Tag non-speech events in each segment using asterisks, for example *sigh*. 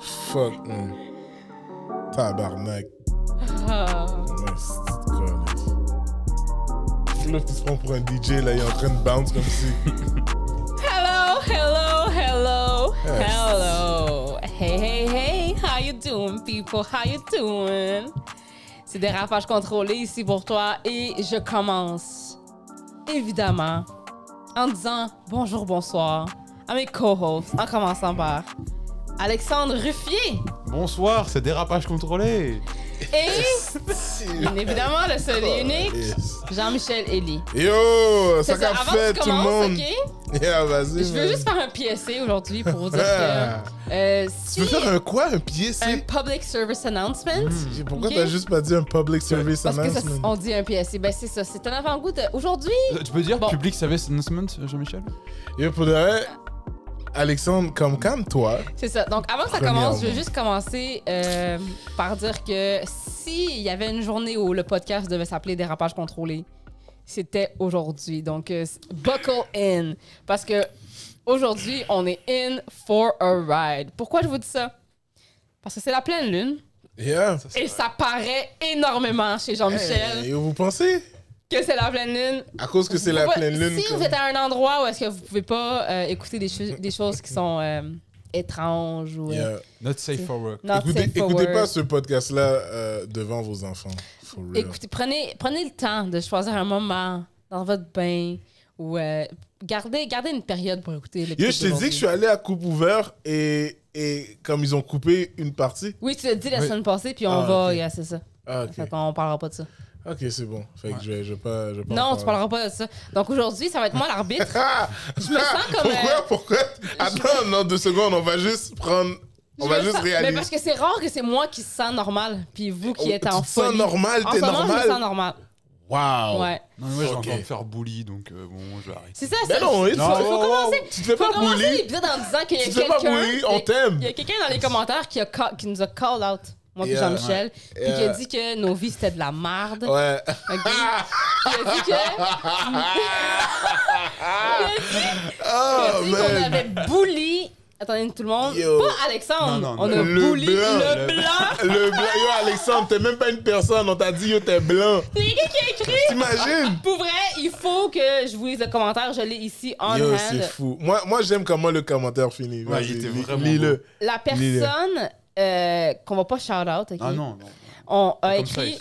Fuck, man. Tabarnak. Ah. Ouais, c'est calice. Là, tu se prends pour un DJ, là, il est en train de bounce comme *laughs* si. Hello, hello, hello, Yes. hello. Hey, hey, hey, how you doing, people? How you doing? C'est des rapages contrôlés ici pour toi et je commence, évidemment, en disant bonjour, bonsoir à mes co-hosts, en commençant par Alexandre Ruffier Bonsoir, c'est dérapage contrôlé. et, bien évidemment, le seul et unique, Oh, Yes. Jean-Michel Elie. Yo, ça C'est qu'a avant fait que tu tout le commences, monde. ok? Yeah, vas-y. Je veux vas-y. juste faire un PSC aujourd'hui pour vous dire que euh, Tu si veux faire un quoi Un pied, un c'est. public service announcement. Pourquoi Ok. t'as juste pas dit un public service Parce que ça, Mm. announcement on dit un PSC. Ben c'est ça, c'est un avant-goût de- aujourd'hui. Euh, Tu peux dire Bon. public service announcement, euh, Jean-Michel Yo, pour de vrai, Alexandre, comme calme-toi. C'est ça. Donc avant que ça Premièrement. commence, je veux juste commencer euh, par dire que s'il y avait une journée où le podcast devait s'appeler Dérapage contrôlé, c'était aujourd'hui. Donc euh, c'est- buckle in parce que aujourd'hui, on est in for a ride. Pourquoi je vous dis ça Parce que c'est la pleine lune Yeah. et ça paraît énormément chez Jean-Michel Hey, vous pensez que c'est la pleine lune. À cause que c'est la Faut pas- pleine lune. Si comme- vous êtes à un endroit où est-ce que vous pouvez pas euh, écouter des, cho- des choses qui sont euh, étranges ou euh, Yeah. Not safe for work. not Écoutez, safe for écoutez work. pas ce podcast-là euh, devant vos enfants. For real. Écoutez, prenez, prenez le temps de choisir un moment dans votre bain ou euh, gardez, gardez une période pour écouter le Yo, je t'ai dit que je suis allé à coupe ouverte et, et comme ils ont coupé une partie. Oui, tu l'as dit la Oui. semaine passée, puis on Ah, va, ok. yeah, c'est ça. Ah, ok. Fait qu'on parlera pas de ça. Ok, c'est bon. Fait que je vais, je vais pas. Je vais pas en non, tu parler. parleras pas de ça. Donc aujourd'hui, ça va être moi l'arbitre. Ah Je me sens comme, Pourquoi euh, Pourquoi Attends, non, deux secondes, on va juste prendre. *laughs* On Je va me juste sens- Mais réaliser. Oh, parce que c'est rare que c'est moi qui se sens normal, puis vous qui êtes en tu te sens folie. normal, en t'es ce moment, je me sens normal. Oh. normal. Waouh. Ouais. Non, mais moi, j'ai Ok. encore me faire bully, donc euh, bon, je vais arrêter. C'est ça, Mais c'est- Ben non, il faut, non, faut wow, wow. commencer. Tu te fais Faut pas commencer bully. l'épisode en disant qu'il y a Tu te fais pas quelqu'un. bully, on il y a- t'aime. Il y a quelqu'un dans les commentaires qui, a ca- qui nous a call out, moi et Yeah. Jean-Michel, puis qui a Yeah. Oh. dit que nos vies c'était de la merde. Ouais. *laughs* ok? il a dit que. Oh, il a dit qu'on man. avait bully. Attendez, tout le monde. Yo. Pas Alexandre. Non, non, on non. Le a bully blanc. le Le- *laughs* blanc. Le blanc. Yo, Alexandre, t'es même pas une personne. On t'a dit, yo, t'es blanc. Il y a quelqu'un qui a écrit. T'imagines Pour vrai, il faut que je vous lise le commentaire. Je l'ai ici en Yo, c'est hand. fou. Moi, moi j'aime comment le commentaire finit. Ouais, Vas-y, il était lis- vraiment Lis-le. La Lis-le. personne euh, qu'on va pas shout out, ok? Ah non, non. on a Comme ça, écrit.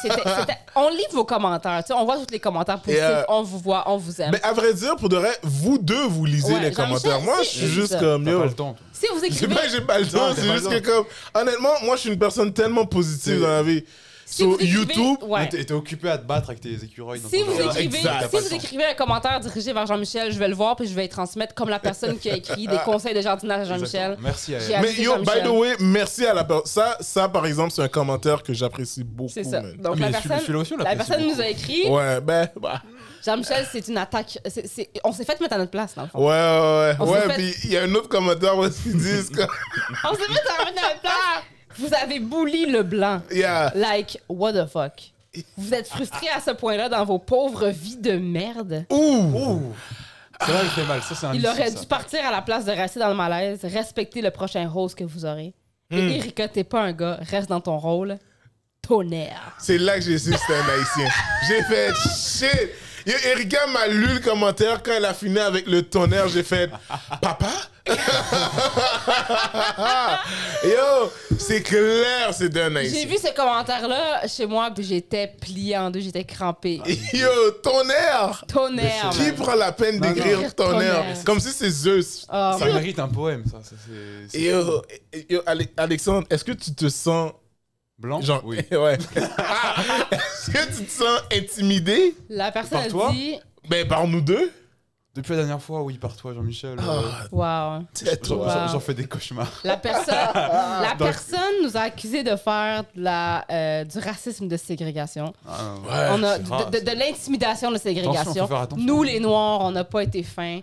C'était- c'était- on lit vos commentaires, tu sais, on voit tous les commentaires positifs, Et, euh, Ben, on vous voit, on vous aime. Mais à vrai dire, pour de vrai, vous deux, vous lisez Ouais, les Jean-Michel, commentaires. Moi, si, je suis il juste lit ça. comme, T'as yo, pas le temps. toi. si vous C'est écrivez, pas que j'ai pas le temps, Non, t'as c'est pas juste le que comme... Honnêtement, moi, je suis une personne tellement positive dans la vie. si Sur vous écrivez- YouTube, ouais. Mais T'es t'es occupé à te battre avec tes écureuils. dans Si ton vous jardin. écrivez, Exact, t'as si pas vous le écrivez un commentaire dirigé vers Jean-Michel, je vais le voir puis je vais le transmettre comme la personne qui a *laughs* écrit des conseils de jardinage à temps. Jean-Michel. Exactement. Merci à Qui elle. a- Mais Merci, yo, by Jean-Michel. the way, merci à la personne. Ça, ça, par exemple, c'est un commentaire que j'apprécie beaucoup. C'est ça. man. Donc Mais la celui- personne, celui-là aussi, on la l'apprécie personne nous a beaucoup. écrit Ouais, ben, bah. Jean-Michel, c'est une attaque. c'est- c'est- on s'est fait mettre à notre place dans le fond. Ouais, ouais, On ouais. s'est Ouais, fait- puis il y a un autre commentaire où ils disent que. *laughs* On s'est fait mettre à notre place. Vous avez bouli le blanc. Yeah. Like, what the fuck? Vous êtes frustré à ce point-là dans vos pauvres vies de merde? Ouh! C'est là il fait mal. Ça, c'est un Il missile, aurait ça. dû partir à la place de rester dans le malaise, respecter le prochain rose que vous aurez. Hmm. Et Erika, t'es pas un gars, reste dans ton rôle. Tonnerre. C'est là que j'ai su que c'était un haïtien. J'ai fait shit! Yo, Erika m'a lu le commentaire quand elle a fini avec le tonnerre. J'ai fait Papa? *laughs* Yo, c'est clair, c'est un J'ai haïtien. vu ce commentaire-là chez moi, puis j'étais pliée en deux, j'étais crampée. Yo, tonnerre! Tonnerre. Qui man. prend la peine Non, d'écrire non. tonnerre? Tonnerre. Comme si c'est Zeus. Ah, Ça mérite un poème, ça. ça, c'est- c'est- euh, Yo, yo, Ale- Alexandre, est-ce que tu te sens. Blanc Genre, Oui. *laughs* ouais. est-ce que tu te sens intimidé? la personne Par a toi? dit Ben, par nous deux. Depuis la dernière fois, oui, par toi, Jean-Michel. euh, Ah, Ah, Wow. c'est j'en- toi. J'en j'en fais des cauchemars. La personne, *laughs* la Donc- personne nous a accusé de faire de la, euh, du racisme de ségrégation. Ah, non. Ouais. on a c'est de, rare, de- ça. de l'intimidation de la ségrégation. Attention, faut faire attention. Nous, les Noirs, on n'a pas été fins.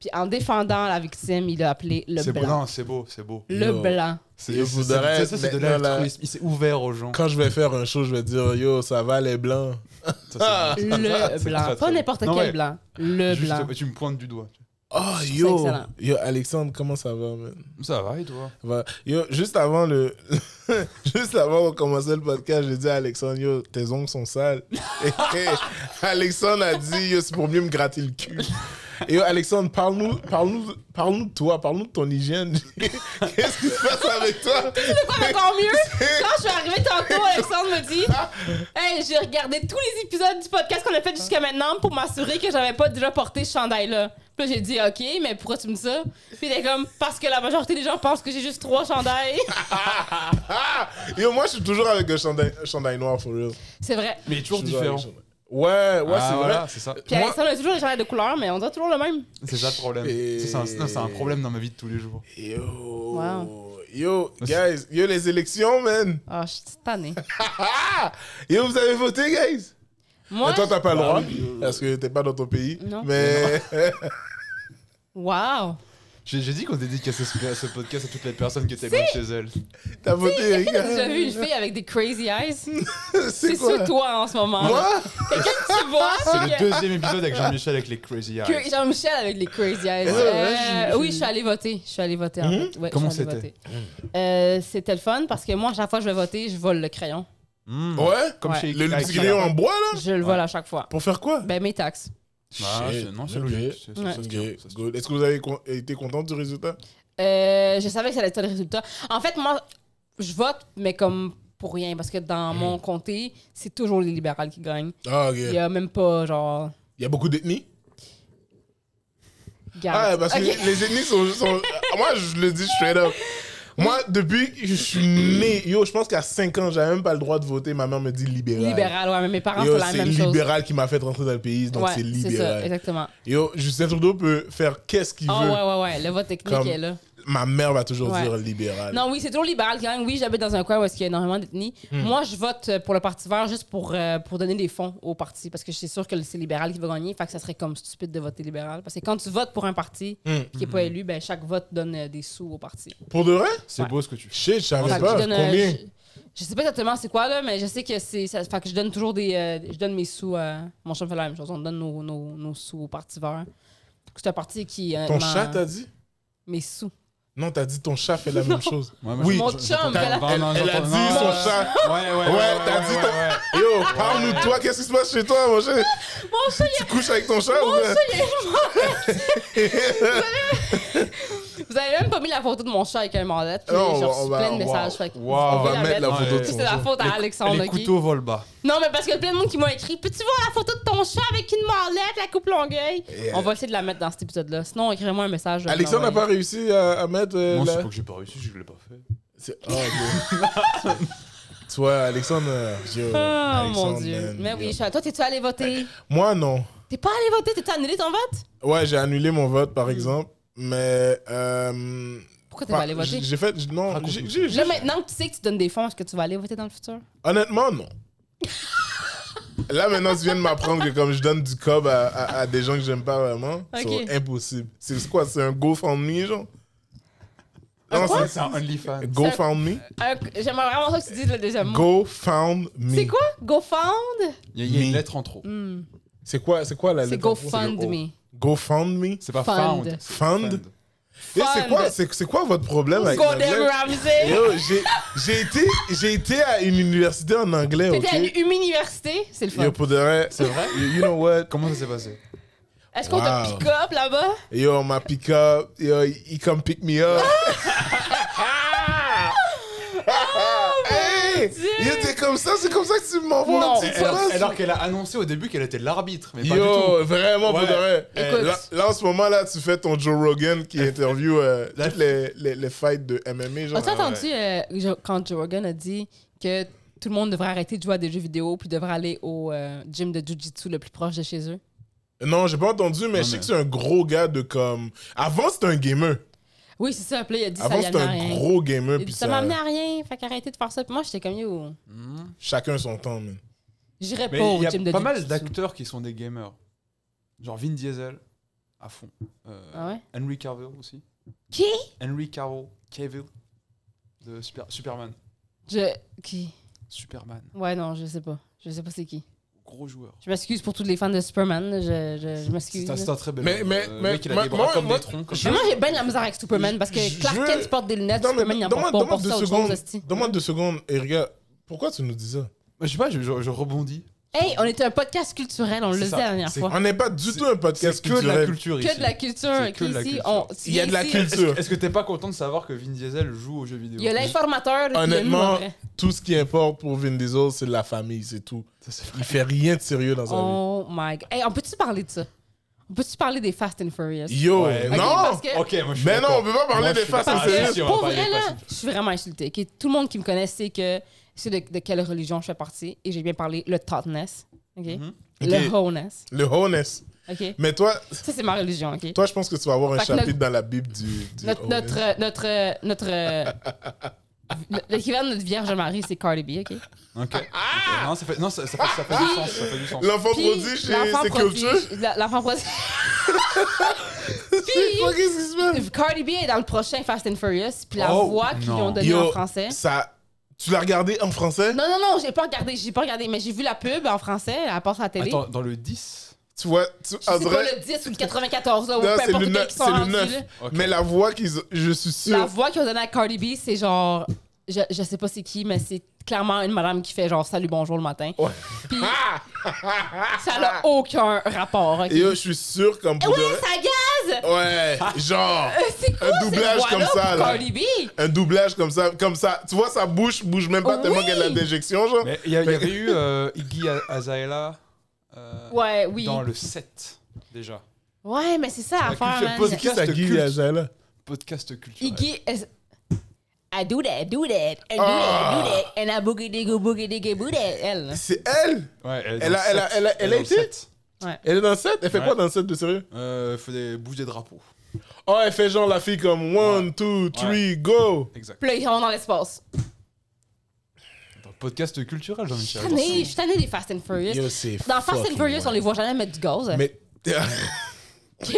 Puis en défendant la victime, il a appelé le C'est beau, blanc. non, c'est beau, c'est beau. Le Yo. *laughs* blanc. C'est Je c'est- vous c'est- dirais, c'est- ça, c'est de maintenant, là- l'altruisme. Il s'est ouvert aux gens. Quand je vais faire un show, je vais dire yo, ça va les blancs. Ça, c'est- Le c'est blanc. Pas très, très n'importe beau. quel Non, ouais. blanc. Le Juste, blanc. Tu me pointes du doigt. Oh Je trouve ça yo, excellent. yo Alexandre, comment ça va, man? Ça va et toi Va- Yo, juste avant le, *laughs* juste avant qu'on commence le podcast, j'ai dit à Alexandre, yo, tes ongles sont sales. Et, et Alexandre a dit, yo, c'est pour mieux me gratter le cul. Et yo, Alexandre, parle-nous, parle-nous, parle-nous de toi, parle-nous de ton hygiène. *laughs* Qu'est-ce qui se passe avec toi? Encore mieux, *laughs* quand je suis arrivée tantôt, Alexandre me dit Hey, j'ai regardé tous les épisodes du podcast qu'on a fait jusqu'à maintenant pour m'assurer que j'avais pas déjà porté ce chandail-là. Puis là, j'ai dit Ok, mais pourquoi tu me dis ça Puis il est comme Parce que la majorité des gens pensent que j'ai juste trois chandails. *laughs* Ah! Yo, moi, je suis toujours avec un chandail, un chandail noir, for real. C'est vrai. Mais il est toujours Je suis toujours avec différent. un chandail- Ouais, ouais, Ah, c'est voilà, vrai. c'est ça. Puis Moi- Alexandre a toujours des chandails de couleur, mais on doit toujours le même. C'est ça le problème. Et- Ça, C'est un, non, c'est un problème dans ma vie de tous les jours. Yo. Wow. Yo, guys, yo, les élections, man. Ah, je suis tannée. Ah! Yo, vous avez voté, guys? Moi, Mais toi, t'as pas le Bah droit, oui. parce que t'es pas dans ton pays. Non. Mais wow. J'ai j'ai dit qu'on dédicaçait ce, ce podcast à toutes les personnes qui étaient loin de chez elles. *laughs* t'as voté, *laughs* les T'as gars. déjà vu une fille avec des crazy eyes C'est C'est quoi? sur toi en ce moment. Moi? Quelqu'un que *laughs* tu vois C'est le que- deuxième épisode avec Jean-Michel avec les Crazy Eyes. que Jean-Michel avec les crazy eyes. Ouais, ouais, Euh, j'ai- Mhm. j'ai- oui, je suis allée voter. Je suis allée voter. en fait. Ouais, je Comment suis allée c'était? voter. Euh, C'était le fun parce que moi, à chaque fois que je vais voter, je vole le crayon. Mmh. Ouais? Comme Ouais. chez Bah, Le avec- petit grillon en bois, là? Je le vole à chaque fois. Pour faire quoi? Ben, mes taxes. Ah, Shit. c'est- non, c'est Ok. logique. C'est- c'est- Ouais. ça se Ok, tient, ça se tient. good. Est-ce que vous avez con- été content du résultat? Euh, je savais que ça allait être ça le résultat. En fait, moi, je vote, mais comme pour rien parce que dans Mhm. mon comté, c'est toujours les libérales qui gagnent. Ah, ok. Il y a même pas, genre. Il y a beaucoup d'ethnies? garde. Ah, parce Ok. que les ethnies sont, *laughs* sont- Moi, je le dis straight up. Moi, depuis que je suis né, yo, je pense qu'à 5 ans, j'avais même pas le drois de voter. Ma mère me dit libéral. Libéral, ouais, mais mes parents, Yo, c'est la c'est même chose. libéral qui m'a fait rentrer dans le pays, donc ouais, c'est c'est ça, libéral. exactement. Yo, Justin Trudeau peut faire qu'est-ce qu'il Ah veut. ouais, ouais, ouais, le vote technique Comme- est là. Ma mère va toujours Ouais. dire libéral. Non, oui, c'est toujours libéral qui gagne. Oui, j'habite dans un coin où est-ce qu'il y a énormément d'ethnies. Moi, je vote pour le Parti vert juste pour, euh, pour donner des fonds au parti parce que je suis sûre que c'est libéral qui va gagner. Fait que ça serait comme stupide de voter libéral. Parce que quand tu votes pour un parti Hmm. qui n'est pas élu, ben, chaque vote donne euh, des sous au parti. Pour de vrai? C'est Ouais. beau ce que tu fais. Shit, je savais Fait que pas. je donne, euh, Combien? je, je sais pas exactement c'est quoi, là, mais je sais que c'est. ça- Fait que je donne toujours des. euh, je donne mes sous. à mon chum fait la même chose. On donne nos, nos, nos sous au Parti vert. C'est un parti qui. euh, Ton m'en- chat, t'as dit? Mes sous. Non, t'as dit ton chat fait *laughs* la même chose. Ouais, moi, Oui. je- Mon je- chum, j'entends- *laughs* elle a- Non, Elle, non, elle a j'entends- dit non, son non, chat. Ouais, ouais, Ouais, t'as dit ton- ouais. Yo, parle-nous de toi, qu'est-ce qui se passe chez toi, mon chat? *laughs* Mon chat, Tu couches avec ton chat ou Mon quoi? chat, il est- Vous avez même pas mis la photo de mon chat avec un mandat. Puis Non, j'ai Oh, on reçu va- plein de on va- messages. fait que wow, vous on On pouvez va la mettre la mettre. photo de Ouais. C'est ton la chat. faute à Alexandre, Les ok? couteaux volent bas. Non, mais parce qu'il y a plein de monde qui m'ont écrit. Peux-tu voir la photo de ton chat avec une manlette, la coupe longueuil? Yeah. On va essayer de la mettre dans cet épisode-là. Sinon, écrivez-moi un message. euh, je vais Alexandre n'a l'envoyer. pas réussi à, à mettre. euh, Non, la- c'est pas que j'ai pas réussi, je l'ai pas fait. C'est- Oh, ok. *laughs* Tu vois, Alexandre. euh, yo, Ah, mon Alexandre, Dieu. man, Mais yo. Ben, oui, chat. Toi, t'es-tu allé voter? Moi, non. T'es pas allé voter? T'es annulé ton vote? Ouais, j'ai annulé mon vote, par exemple. Mais. euh, Pourquoi Mm. t'es pas allé bah, j- voter? J'ai fait. j- Non, Raconte-nous. j'ai- j'ai- Là, maintenant que tu sais que tu donnes des fonds, est-ce que tu vas aller voter dans le futur? Honnêtement, *laughs* non. Là, maintenant, tu viens de m'apprendre que comme je donne du cob à, à- à des gens que j'aime pas vraiment, Ok. c'est impossible. C'est quoi? C'est un GoFundMe, genre? Non, quoi? c'est C'est un OnlyFans. GoFundMe. Un- J'aimerais vraiment ça Euh, que tu dises le deuxième mot. GoFundMe. C'est quoi? GoFund? Il y a- il y a Me. une lettre en trop. Hmm. C'est quoi, c'est quoi la C'est lettre en gros? GoFundMe. GoFundMe? C'est pas Fund. found. c'est Fund. Et c'est quoi, c'est, c'est quoi votre Oh, problème avec Gordon l'anglais? Ramsay. Yo, j'ai, j'ai été, j'ai été à une université en anglais, T'étais ok? à une université, c'est le fun. Yo, pour de vrai, C'est vrai you you know what? Comment ça s'est passé *laughs* Est-ce qu'on t'a Wow. pick up là-bas? Yo, ma pick up. Yo, he come pick me up. Ah! hey, Dieu. yo, t'es comme ça, c'est comme ça que tu m'envoies Non. un petit Elle- phrase. Alors, alors qu'elle a annoncé au début qu'elle était l'arbitre, mais pas du Yo, vraiment, pour Ouais. de vrai. Écoute. Eh, Là, là, en ce moment, là, tu fais ton Joe Rogan qui interview euh, La- toutes les, les, les fights de MMA. Genre, As-tu entendu euh, Jo- quand Joe Rogan a dit que tout le monde devrait arrêter de jouer à des jeux vidéo puis devrait aller au euh, gym de Jiu-Jitsu le plus proche de chez eux? Non, j'ai pas entendu, mais je sais mais- que c'est un gros gars de comme. Avant, c'était un gamer. Oui, c'est ça. Puis là, il a dit Avant, ça y c'était amenait à un rien. gros Il gamer. a dit, Puis ça ça, m'amenait à rien. Fait qu'arrêtez de faire ça. Puis moi, j'étais comme yo, tout. Hmm. chacun son temps, man. j'irais pas Mais au il y gym de a pas mal Jiu-Jitsu. d'acteurs qui sont des gamers. Genre Vin Diesel, à fond. Euh, Ah ouais Henry Cavill aussi. Qui Henry Cavill, Cavill, de Super- Superman. Je... Qui Superman. Ouais, non, je sais pas. Je sais pas c'est qui. gros joueur. Je m'excuse pour tous les fans de Superman. Je, je, je m'excuse. C'est un, c'est un très bel Mais- homme. mais- Euh, le mais- mec, il a moi- des bras moi- comme moi- des troncs. comme je- Mais moi, j'ai bien de la misère avec Superman parce Je- que Clark je- Kent porte des lunettes, Non, mais Superman, il en demande- porte pas. On demande porte deux ça autre secondes. chose, hostie. Demande deux secondes, et regarde, pourquoi tu nous dis ça ça. Je sais pas, je, je- je rebondis. Hey, on était un podcast culturel, on le C'est disait ça, la dernière c'est fois. On n'est pas du tout un podcast C'est que de la culturel. culture ici. Que de la culture. C'est que de la ici, culture. on- Il y a de la ici, culture. Est-ce que- Est-ce que t'es pas content de savoir que Vin Diesel joue aux jeux vidéo Il y a l'informateur. puis il y a nous, Honnêtement, après. tout ce qui importe pour Vin Diesel, c'est la famille, c'est tout. Ça, c'est Il fait rien de sérieux dans sa Oh my god. Hey, on peut-tu parler de ça? On peut-tu parler des Fast and Furious? vie. Yo, Ouais. non Ok, parce que- Ok, moi je suis Mais non, d'accord. on peut pas parler Moi, je des suis faces d'accord. Parce c'est que, juste, pour vrai, là, je suis vraiment insultée. ok? Tout le monde qui me connaît sait que c'est de, de quelle religion je fais partie. Et j'ai bien parlé le tautness, ok? Mhm. le Ok. wholeness. Le honest. ok? Mais toi, Ça, c'est ma religion. ok? toi, je pense que tu vas avoir un Fait que chapitre dans la Bible du, du Notre, honest. notre, euh, notre, euh, notre, euh, l'équivalent de notre Vierge Marie, c'est Cardi B, ok? Ok. Ah. Ok. Non, ça fait, non, ça, ça fait, ça fait du sens. Ça fait du sens. L'enfant Puis, produit chez l'enfant C'est prodige- Culture. la- L'enfant prodige. *laughs* C'est quoi, Puis, Qu'est-ce qui se passe? Cardi B est dans le prochain Fast and Furious, puis la Oh, voix qu'ils non. ont donnée en français. ça, tu l'as regardé en français? Non, non, non, j'ai pas regardé, j'ai pas regardé, mais j'ai vu la pub en français, elle passe à la télé. Attends, dans le 10. Tu vois, tu, Je en sais pas Ah, vrai, le 10 ou le 94, là, ou peu non, c'est importe le lequel 9. qui sont C'est le rendus, là. 9. Ok. Mais la voix qu'ils ont, je suis La sûr. voix qu'ils ont donnée à Cardi B, c'est genre, je, je sais pas c'est qui, mais c'est clairement une madame qui fait genre salut bonjour le matin. Ouais. *laughs* Puis ça n'a aucun rapport. ok? Et yo, je suis sûr comme Eh pour ouais, de vrai- ça gaze! Euh, Ouais, genre, C'est quoi Un doublage cette comme voix-là ça, pour là. Cardi B? un doublage comme ça, comme ça. Tu vois, sa bouche bouge même pas tellement Oui. qu'elle a déjection, genre. Mais il y, a- il y avait eu euh, Iggy A- Azalea euh, Ouais, oui. dans le 7 déjà. Ouais, mais c'est ça l'affaire, culture man. positive. Qui ça, Podcast Guy culte. Azalea? Podcast culturel. Iggy, is- I do that, do that, I do Ah. that, do that, and I boogie diggo, boogie diggo, boogie that. Elle, là. C'est elle? Ouais, elle, est Elle a- dans le elle a- 7. elle a- elle a est dans le été 7. Elle est dans le set? Elle fait Ouais. quoi dans le set de sérieux? Euh, fait des bouge des drapeaux. Oh, elle fait genre la fille comme one, Ouais. two, three, go. Exact. Puis là, ils sont dans l'espace. Dans le podcast culturel, Je Jean-Michel. suis tannée, je suis tannée des Fast and Furious. Yo, c'est Dans Fast and fucking Furious, on wild. les voit jamais mettre du gaz. hein. Mais *laughs* OK?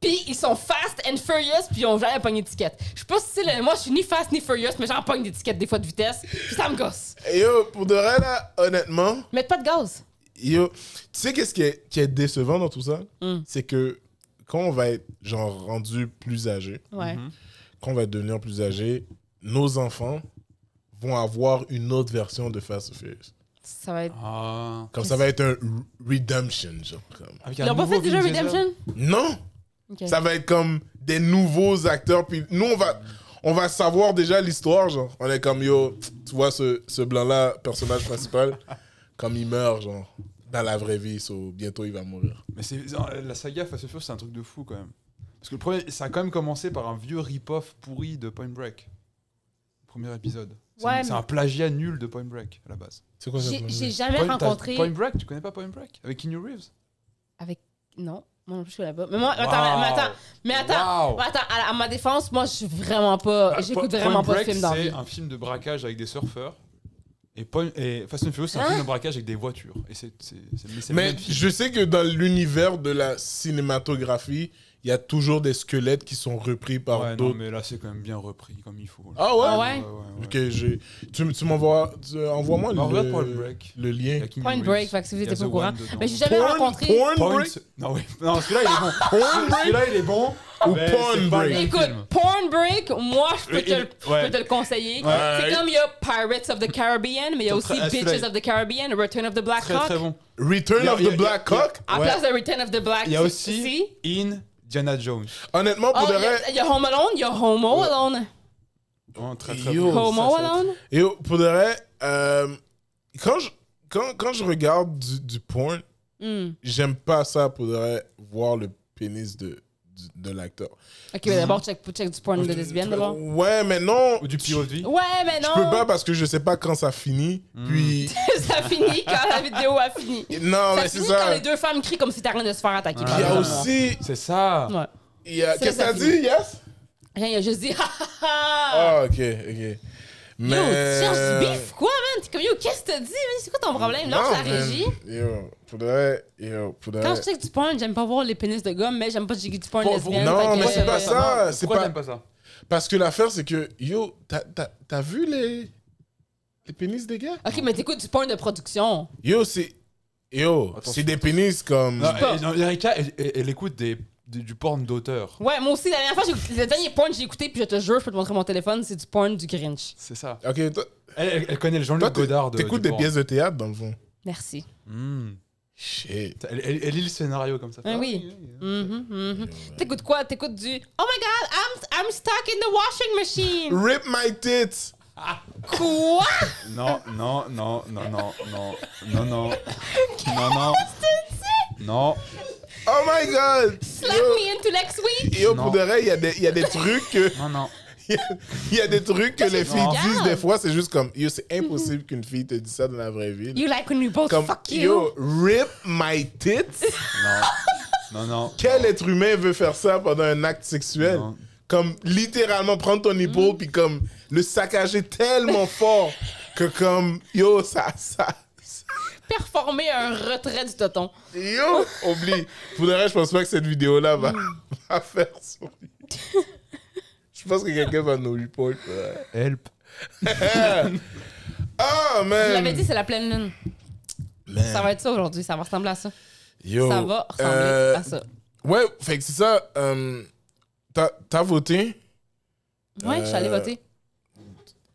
Puis ils sont Fast and Furious, puis ils ont jamais pogné d'étiquette. Je sais pas si c'est le. Moi, je suis ni Fast ni Furious, mais j'en pogne d'étiquette des fois de vitesse, puis ça me gosse. yo, pour de vrai là, honnêtement, Mettre pas de gaz. yo, tu sais qu'est-ce qui est, qui est décevant dans tout ça, Mm. c'est que quand on va être genre rendu plus âgé, Ouais. quand on va devenir plus âgé, nos enfants vont avoir une autre version de Fast and Furious. Ça va être. Ah. Comme ça va être un re- redemption, genre. comme- Avec Ils un l'ont pas nouveau fait déjà Vin Diesel. Redemption? Non, Ok. ça va être comme des nouveaux acteurs. Puis nous, on va, on va savoir déjà l'histoire, genre. On est comme, yo, tu vois ce, ce blanc-là, personnage *laughs* principal, comme il meurt, genre, dans la vraie vie. So, bientôt, il va mourir. Mais c'est euh, la saga Fast and Furious, c'est un truc de fou quand même. Parce que le premier, ça a quand même commencé par un vieux rip-off pourri de Point Break. Premier épisode. C'est Ouais, un- c'est mais- un plagiat nul de Point Break à la base. C'est quoi J'ai j'ai jamais Point, t'as- rencontré. Point Break, tu connais pas Point Break Avec Keanu Reeves Avec. Non, moi non plus, je suis là-bas. Mais moi, attends, mais attends. Mais attends. Wow. Ouais, Bah, attends, à, à ma défense, moi, je suis vraiment pas. J'écoute Oh. Bah, Ah, Point- vraiment Point pas de Break, films dans la vie. C'est un film de braquage avec des surfeurs. Et, Point- et Fast and Furious, c'est un Hein film de braquage avec des voitures. Et c'est c'est- c'est- mais c'est le Mais même film. je sais que dans l'univers de la cinématographie, il y a toujours des squelettes qui sont repris par Ouais, non, d'autres. mais là, c'est quand même bien repris comme il faut. Ah ouais? Ah ouais? Ok, j'ai- tu, m- tu m'envoies, tu- envoie-moi Bah, regarde Point le, Break. le Il y lien. a Keanu Point Reeves. Break, fait que si vous Il y a étiez pas au The courant. One dedans. Mais j'ai jamais Porn- rencontré. porn Point. break? Non, oui. Non, celui-là, il est *laughs* bon. Porn break? Celui-là, il est bon. Ou mais porn Ben, c'est pas break. le même Écoute, film. Porn Break, moi, je peux, Oui, te, le- il- je peux ouais. te le conseiller. Ouais. C'est comme il y a Pirates of the Caribbean, mais il y a Très, aussi très- Bitches of the Caribbean, Return of the Black Très, très Hawk. bon. Return Il y a- of il y a- the il y a- Black il y a- Cock. À Ouais. place de Return of the Black Il y a Si. aussi Indiana Jones. Honnêtement, pour Oh, de il y vrai, a- il y, a Home Alone, il y a Homo Alone. Oh, très, très Yo, bon. Homo Ça, ça- Alone? Et oh, pour de vrai, euh, quand, je, quand, quand je regarde du, du porn, Hmm. j'aime pas ça pour de vrai, voir le pénis de, du- de, l'acteur. Ok, mais d'abord, check, check du porn de lesbienne d'abord. Ouais, mais non. Ou du POV. Ouais, mais Je non. peux pas parce que je sais pas quand ça finit. Hmm. Puis. *laughs* ça finit quand la vidéo a fini. Non, Ça mais c'est finit quand ça. les deux femmes crient comme si t'as rien de se faire attaquer. Il y a Ah. aussi. C'est ça. Ouais. il y a- Ça, Qu'est-ce que ça t'as finit. dit, Yes? Rien, il a juste dit *laughs* ha ha ha. Ah, ok, ok. Mais. Yo, tu cherches du bif, quoi, man? T'es comme yo, qu'est-ce que t'as dit, man? C'est quoi ton problème? Lance la man. Euh, régie. Yo, pour de vrai. Yo, pour de Quand vrai. je check du porn, j'aime pas voir les pénis de gomme, mais j'aime pas checker du porn Pour- lesbienne. Non, fait que- euh, mais c'est pas ça. c'est Pourquoi pas- t'aimes pas ça Parce que l'affaire, c'est que, yo, t'as- t'as t'as vu les, Les pénis des gars Ok, mais t'écoutes du porn de production. Yo, c'est. Yo, Attention. c'est des pénis comme. Non, et- non, Erika, elle, elle- elle écoute des, des- du porn d'auteur. Ouais, moi aussi, la dernière fois, j'ai écouté- le dernier porn que j'ai écouté, puis je te jure, je peux te montrer mon téléphone, c'est du porn du Grinch. C'est ça. Ok, toi, Elle, elle- elle connaît le toi Jean-Luc t'é- Godard. de- t'écoutes du des porn. pièces de théâtre dans le fond. Merci. Hmm. Shit. Elle, elle- elle lit le scénario comme ça. Ah oui. Mhm, mhm. T'écoutes quoi? T'écoutes du Oh my god, I'm, I'm stuck in the washing *laughs* machine! Rip my tits quoi? Non, non, non, non, non, non, non, non, non, non, non. Oh my god Slap me into next week! Yo, Non. pour de vrai, il y, a des- il y a des trucs que. *laughs* Non, non. Il y a- il y a des trucs que les filles Non. disent des fois, c'est juste comme, yo, c'est impossible qu'une fille te dise ça dans la vraie vie. You like when we both Comme, fuck you! yo, rip my tits. *laughs* Non, non. Quel être humain veut faire ça pendant un acte sexuel? Non. Comme, littéralement, prendre ton Mm. épaule, puis comme, le saccager *laughs* tellement fort que comme, yo, ça, ça. ça- Performer un retrait du toton. Yo, oublie. Pour le reste, je pense pas que cette vidéo-là va, Mm. va faire sourire. Je pense que quelqu'un va nous report. ouais. Help. *laughs* Ah, Je man! l'avais dit, c'est la pleine lune. Man. Ça va être ça aujourd'hui, ça va ressembler à ça. Yo, ça va ressembler euh, à ça. Ouais, fait que c'est ça. euh, t'as, t'as voté. Ouais, je suis allée euh, voter.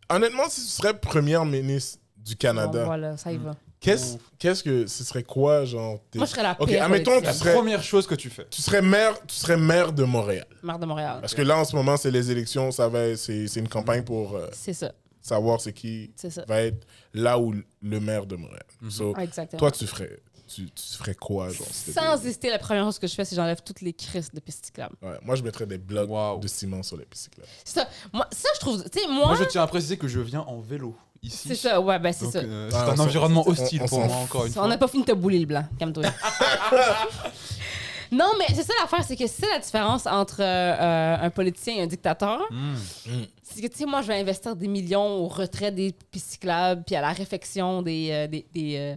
Honnêtement, si tu serais première ministre du Bon, Canada, voilà, ça y va. qu'est-ce, qu'est-ce que ce serait quoi, genre tes- Moi, je serais la Ok, pire admettons, tu politicienne. serais, Première chose que tu fais. tu serais maire, tu serais maire de Montréal. Maire de Montréal. Parce que là, en ce moment, c'est les élections, ça va, être- c'est, c'est une campagne pour euh, C'est ça, savoir c'est qui c'est ça. va être là où le maire de Montréal. So, Ah, exactement. toi, tu ferais, tu, tu ferais quoi, genre si t'étais- Sans hésiter, la première chose que je fais, c'est j'enlève toutes les crises de pistes cyclables. Ouais, moi, je mettrais des blocs Wow. de ciment sur les pistes cyclables. C'est ça. Moi, ça, je trouve. Tu sais, moi, Moi, je tiens à préciser que je viens en vélo ici. c'est ça. Ouais, ben, c'est Donc, ça. euh, Ah, c'est on un s'en- environnement on- hostile on pour s'en moi, encore Ah, une Ça, On fois. n'a pas fini de te bouler le blanc, calme-toi. non, mais c'est ça l'affaire, c'est que c'est la différence entre euh, euh, un politicien et un dictateur. Hmm. C'est que, tu sais, moi, je vais investir des millions au retrait des pistes cyclables, puis à la réfection des, euh, des, des, euh,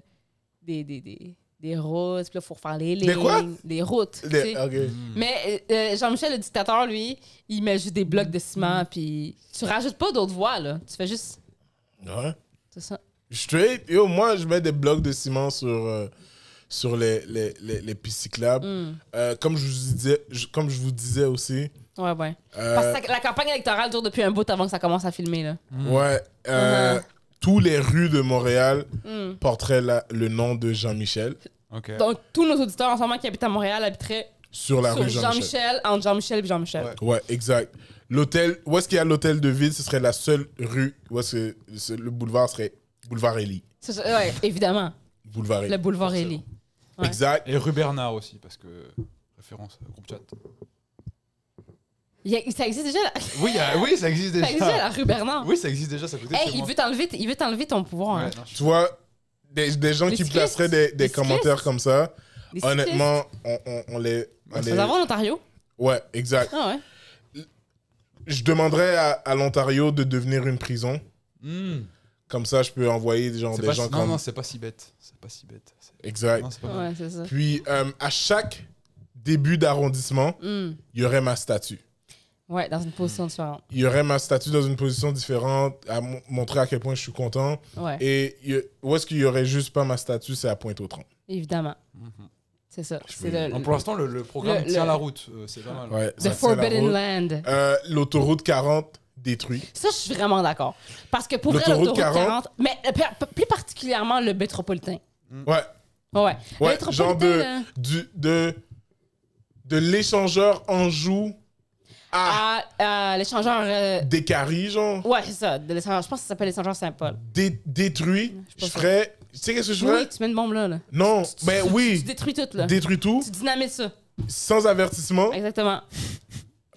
des, des, des- des routes, puis là, il faut refaire les Des lignes, quoi? les routes. tu sais. Des- euh, ok. Hmm. Mais euh, euh, Jean-Michel, le dictateur, lui, il met juste des blocs de Mm. ciment, puis tu rajoutes pas d'autres voies, là. Tu fais juste. Ouais. C'est ça. Straight, yo, moi je mets des blocs de ciment sur, euh, sur les, les, les, les pistes cyclables. Mm. Euh, comme, je vous disais, je- comme je vous disais aussi. Ouais, ouais. euh, Parce que ça- la campagne électorale dure depuis un bout avant que ça commence à filmer, là. Ouais. euh, Mhm. Tous les rues de Montréal Mm. porteraient la- le nom de Jean-Michel Ok. Donc, tous nos auditeurs en ce moment qui habitent à Montréal habiteraient Euh, sur la sur rue Jean-Michel. Jean-Michel, entre Jean-Michel et Jean-Michel. Ouais. ouais, exact. L'hôtel, où est-ce qu'il y a l'hôtel de ville Ce serait la seule rue où est-ce que ce- le boulevard serait Boulevard Élie. C'est ça, ouais, évidemment. Boulevard Élie. Le boulevard Élie. ouais. Exact. Et rue Bernard aussi, parce que. Référence, au groupe chat. Il y a- Ça existe déjà, la, ça Oui, ah, oui, ça existe existe déjà déjà. la rue Bernard. Oui, ça existe déjà, ça coûtait Hey, chez il moi. veut t'enlever, il veut t'enlever ton pouvoir. hein. Ouais, non, je- Tu vois, des, des gens Les qui cyclistes. placeraient des, des Les commentaires cyclistes. comme ça, Des honnêtement, on, on- on les. on cyclistes. les- Nous avons l'Ontario. Ouais, exact. Ah ouais. Je demanderais à, à l'Ontario de devenir une prison. Hmm. Comme ça, je peux envoyer genre, C'est des pas gens si- comme. Non, non, c'est pas si bête. C'est pas si bête. C'est- Exact. Non, c'est pas vrai. Ouais, c'est ça. Puis, euh, à chaque début d'arrondissement, Hmm. il y aurait ma statue. Ouais, dans une position différente. Il y aurait ma statue dans une position différente, à mon- montrer à quel point je suis content. Ouais, Et il y a- où est-ce qu'il y aurait juste pas ma statue, c'est à Pointe-aux-Trembles. évidemment. Mhm. C'est ça. Mm-hmm. Je C'est veux- le, Non, Pour l'instant, le, le programme Le- tient le- la route. euh, c'est pas mal. Ouais, The ça, Bah, c'est la Forbidden route. Land. Euh, L'autoroute 40 détruite. Ça, je suis vraiment d'accord. Parce que pour vrai, L'autoroute l'autoroute 40, mais euh, pa- plus particulièrement le métropolitain. Ouais. Ouais. ouais. Le Ouais, métropolitain, euh, genre de, là, du, de, de l'échangeur Anjou à à, à l'échangeur. euh, des Décari, genre, Ouais, c'est ça. de l'échangeur- je pense que ça s'appelle l'échangeur Saint-Paul. dé- détruit. Je Je sais pas ferais. Tu sais qu'est-ce que je ferais Oui, tu mets une bombe là. là. Non, Tu- ben tu- Tu oui, détruis tout, là. détruit tout, Tu dynamites ça. sans Oh. avertissement, Exactement.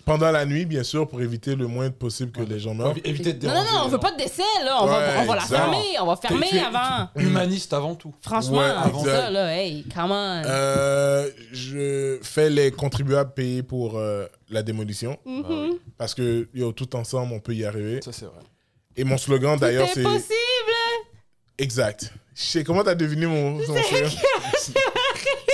pendant la nuit, bien sûr, pour éviter le moins possible que les gens meurent. Évi- Éviter de Non, déranger. non, non, on les veut gens. pas de décès, là. On va, Ouais, on va la exact. fermer. On va Tu- fermer tu- avant. euh, Humaniste avant tout. Franchement, Ouais, avant exact. ça, là, hey, come on. Euh, je fais les contribuables payer pour euh, la démolition Mhm. Bah oui, parce que yo, tout ensemble on peut y arriver. Ça, c'est vrai. Et mon slogan d'ailleurs c'est C'est possible. Exact. Je sais comment t'as deviné mon, mon slogan. *laughs*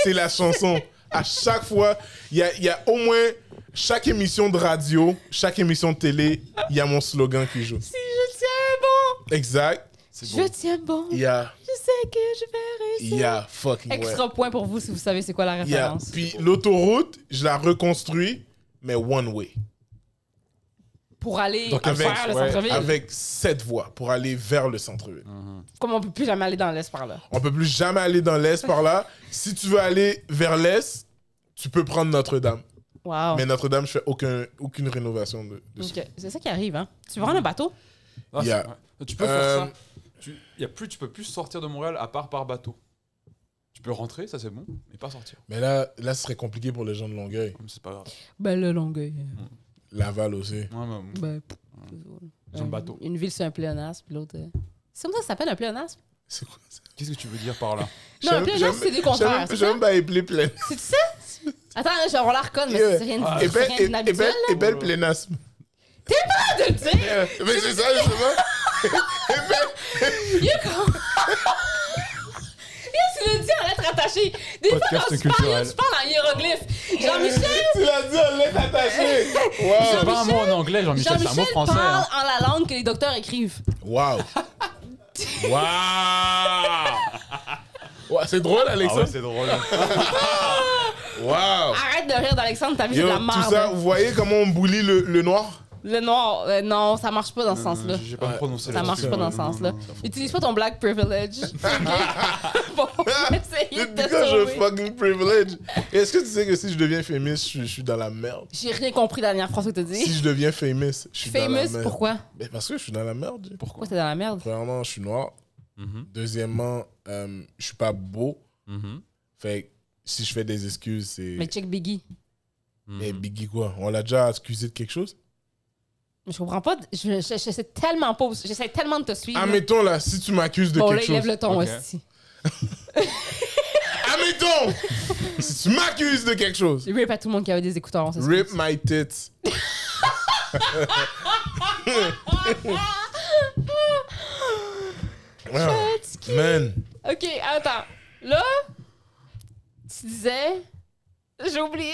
C'est la chanson. À chaque fois, il y a, il y a au moins chaque émission de radio, chaque émission de télé, il y a mon slogan qui joue. Si je tiens bon. Exact. C'est Je beau. tiens bon. Yeah, Je sais que je vais réussir. yeah, fucking ouais. Extra point pour vous si vous savez c'est quoi la Yeah. référence. Puis l'autoroute, je la reconstruis, mais one way. Pour aller Donc vers avec, le ouais, centre-ville. avec sept voies pour aller vers le centre-ville. Mhm. Comme on peut plus jamais aller dans l'Est par là. On peut plus jamais aller dans l'est par là. Si tu veux aller vers l'est, tu peux prendre Notre-Dame. Wow. Mais Notre-Dame, je fais aucun, aucune rénovation de, de ça. Donc, euh, C'est ça qui arrive, hein. Tu prends un bateau? Ah, c'est- Yeah. ouais. Tu peux Euh, faire ça. Tu, y a plus, tu peux plus sortir de Montréal à part par bateau. Tu peux rentrer, ça c'est bon, mais pas sortir. Mais là, là, ce serait compliqué pour les gens de Longueuil. Comme C'est pas grave. Ben, le Longueuil. Laval aussi. Ouais, mais- Ben, Sur le bateau. Une ville, c'est un pléonasme, puis l'autre. euh, C'est comme ça que ça s'appelle un pléonasme? C'est quoi ça? Qu'est-ce que tu veux dire par là Non, un J'aime- pléonasme, j'aime- c'est des hein. contraires. j'aime- c'est ça? J'aime pas appeler plein. C'est ça? Attends, là, genre, on la reconne, mais Yeah. c'est rien de- Ah, Et c'est belle, rien et, et d'inhabituel. belle, et belle *laughs* plénasme. Ah, de le dire! Euh, Mais c'est ça, justement. Il y a comme- *laughs* Yes, tu le dis en lettres attachées. Des fois, Podcast quand tu parles, culturel. Euh, tu parles en hiéroglyphe. Jean-Michel, *laughs* Tu l'as dit en lettres attachées. C'est Wow. pas un mot en anglais, Jean-Michel, c'est un mot Eh, Jean-Michel français. hein. parle en la langue que les docteurs écrivent. Wow. Wow. Ouais, c'est drôle, Alexandre. Ah c'est drôle. Wow. Arrête de rire d'Alexandre, ta vie c'est de Yo, Ah, la tout ça, merde. vous voyez comment on bully le, le noir Le noir, euh, non, ça marche pas dans ce sens-là. J'ai pas Ouais. Ça prononcé la marche chose. pas dans ce Non, non, sens-là. non, non. Utilise pas ton black privilege. *laughs* ok? *laughs* Pour essayer de te Because je sauver. fucking privilege. Est-ce que tu sais que si je deviens famous, je, je suis dans la merde J'ai rien compris la dernière phrase que t'as Si dit. je deviens famous, je suis dans la Famous, merde. pourquoi? Ben, parce que je suis dans la merde. Dieu. Pourquoi t'es dans la merde? Premièrement, je suis noir. Mhm, Deuxièmement, euh, je suis pas beau. mhm, Fait que si je fais des excuses, c'est. Mais check Biggie. mhm. Mais Biggie, quoi On l'a déjà accusé de quelque chose Je comprends pas. Je, je, je sais tellement pas. où- J'essaie tellement de te suivre. Admettons, là, si tu m'accuses de bon, là, quelque il lève chose. le ton Ok. aussi. Admettons *laughs* Si tu m'accuses de quelque chose, Rip à tout le monde qui avait des écouteurs. on s'excuse. Rip my *laughs* tits. Wow. Ah, Man, Ok, attends. Là, tu disais. J'ai oublié.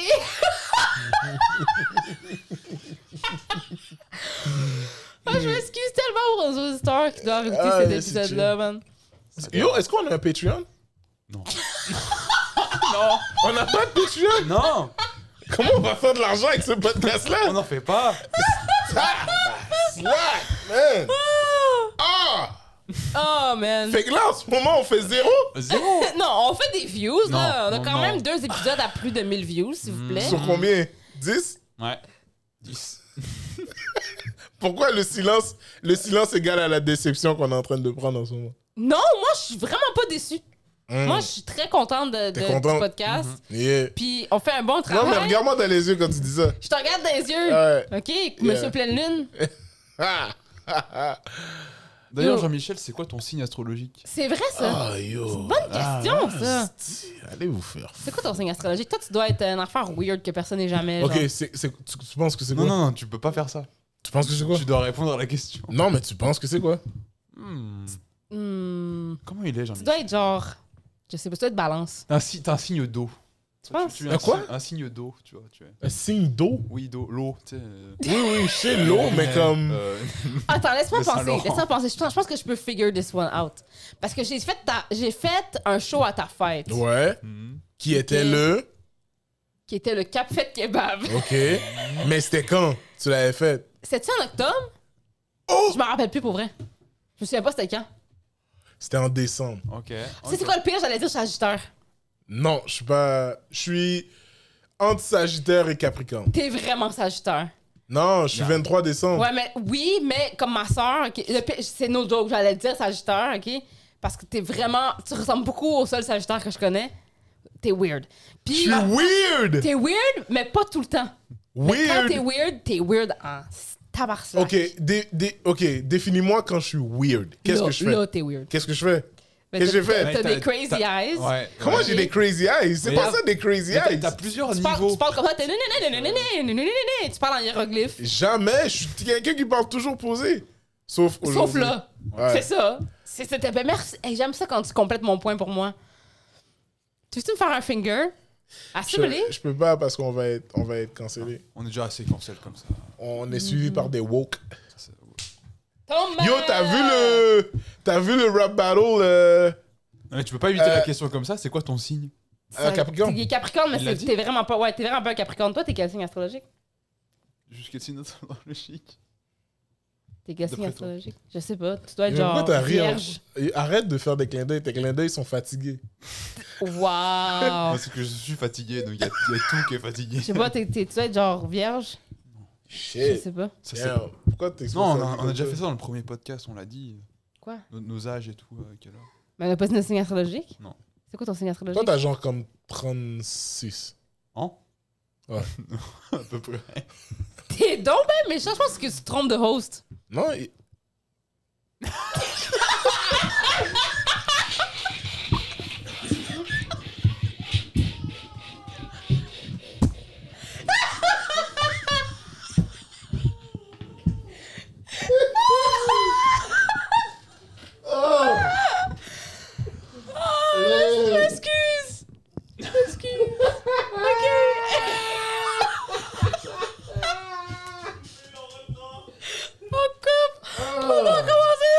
Ah, je m'excuse tellement pour les auditeurs qui doivent écouter Ah, cet mais c'est épisode-là, man. yo, est-ce qu'on a un Patreon Non. On n'a pas de Patreon Non, Comment on va faire de l'argent avec ce on podcast-là n'en fait pas. Slack, man Ah Oh, man. Fait que là, en ce moment, on fait zéro Zéro. Non, on fait des views, là. On Non, a non, quand non. même deux épisodes à plus de 1000 views, s'il vous plaît. Mm. Sur combien 10 Ouais. 10. Pourquoi le silence, le silence égale à la déception qu'on est en train de prendre en ce moment Non, moi, je suis vraiment pas déçue. Hmm. Mm. Moi, je suis très contente de, de- T'es contente? du podcast. Yeah. Puis, on fait un bon travail. Non, mais Euh, regarde-moi dans les yeux quand tu dis ça. Je te regarde dans les yeux. Ouais. OK, monsieur Pleine Lune. Ah, ah, ah. D'ailleurs, Yo. Jean-Michel, c'est quoi ton signe astrologique C'est vrai, ça? Ah, yo. Bonne question, ça. Asti, Ah, Allez vous faire. C'est quoi ton signe astrologique? Toi, tu dois être un affaire weird que personne n'est jamais. Ok, Eh, genre. c'est- c'est- tu, tu penses que c'est quoi Non, non, non, tu peux pas faire ça. Tu penses que c'est quoi Tu dois répondre à la question. Non, mais tu penses que c'est quoi Hmm. Hmm, Comment il est, Tu Jean-Michel dois être genre. Je sais pas, tu dois être balance. T'as un, si- t'as un signe d'eau. Tu penses? Tu- tu Un es Ah, un quoi signe- Un signe d'eau, tu vois. Tu es. Un signe d'eau Oui, d'eau, l'eau, tu sais. euh, Oui, oui, c'est l'eau, *laughs* mais comme. *laughs* euh, Attends, laisse-moi Le penser. Saint-Laurent. Laisse-moi penser. Je pense, je pense que je peux figure this one out. Parce que j'ai fait, ta- j'ai fait un show à ta fête Ouais. hmm. Qui était Ok. le. qui était le Cap Fête Kebab. Ok. mais c'était quand tu l'avais fait C'était en octobre? Oh Je me rappelle plus pour vrai. Je me souviens pas c'était quand. C'était en décembre. Ok. Tu sais, c'est quoi le pire? J'allais dire Sagittaire. Non, je suis pas. Je suis entre Sagittaire et Capricorne. T'es vraiment Sagittaire. Non, je suis Non. 23 décembre. Ouais, mais oui, mais comme ma soeur, c'est no joke, j'allais dire Sagittaire, ok? Parce que t'es vraiment. Tu ressembles beaucoup au seul Sagittaire que je connais. T'es weird. Je Puis. suis weird T'es weird, mais pas tout le temps. Quand Weird t'es weird, t'es weird en tabarcelac. Ok, dé- dé- ok, définis-moi quand je suis weird. Qu'est-ce Là- que je fais Là, t'es weird. Qu'est-ce que je fais Mais Qu'est-ce que j'ai t'as- fait? T'as Mais des crazy t'as- eyes. Ouais. Comment ouais. j'ai des crazy eyes C'est Mais pas là- ça des crazy Mais t'as- eyes T'as plusieurs Tu parles, niveaux. tu parles comme ça, t'es nénénénénénénénénéné, tu parles en hiéroglyphe. Jamais, je suis quelqu'un qui parle toujours posé. Sauf Sauf aujourd'hui. là. Ouais. C'est ça. C'est- C'était. Ben merci. Hey, J'aime ça quand tu complètes mon point pour moi. Tu veux-tu me faire un finger? Assimilé? Je, je peux pas parce qu'on va être, on va être cancellé. On est déjà assez cancel comme ça. On est suivi par des woke. Ça, c'est- Thomas! Yo, t'as vu le. euh, T'as vu le rap battle. euh, Non, mais tu peux pas éviter Euh, la question comme ça, c'est quoi ton signe Ça- un Capricorne. Il est Capricorne, mais Il l'a c'est- dit. t'es vraiment pas. Ouais, t'es vraiment pas un Capricorne. Toi, t'es quel signe astrologique? Jusqu'à signe *laughs* astrologique. T'es quel signe D'après toi. astrologique? Je sais pas. Tu dois être Mais genre. pourquoi t'as ri hein? en- vierge. Et Arrête de faire des clins d'œil. Tes clins d'œil sont fatigués. Ah. *laughs* Waouh! Parce que je suis fatigué, donc il y, a il y a tout qui est fatigué. Je sais pas, t'es- t'es- tu dois être genre vierge? Je Shit. sais pas. Ça, c'est- Damn. Pourquoi t'es Non, on a, on a déjà fait ça dans le premier podcast, on l'a dit. Quoi? Nos, nos âges et tout, à quelle heure Mais on a pas de signe astrologique? Non. C'est quoi ton signe astrologique? Toi, t'as genre comme 36. Hein *laughs* Ouais. à peu près. T'es donc ben méchant, je pense que tu te trompes de host. Non, il- Excuse! Excuse! ok! On coupe! On Ah. va recommencer!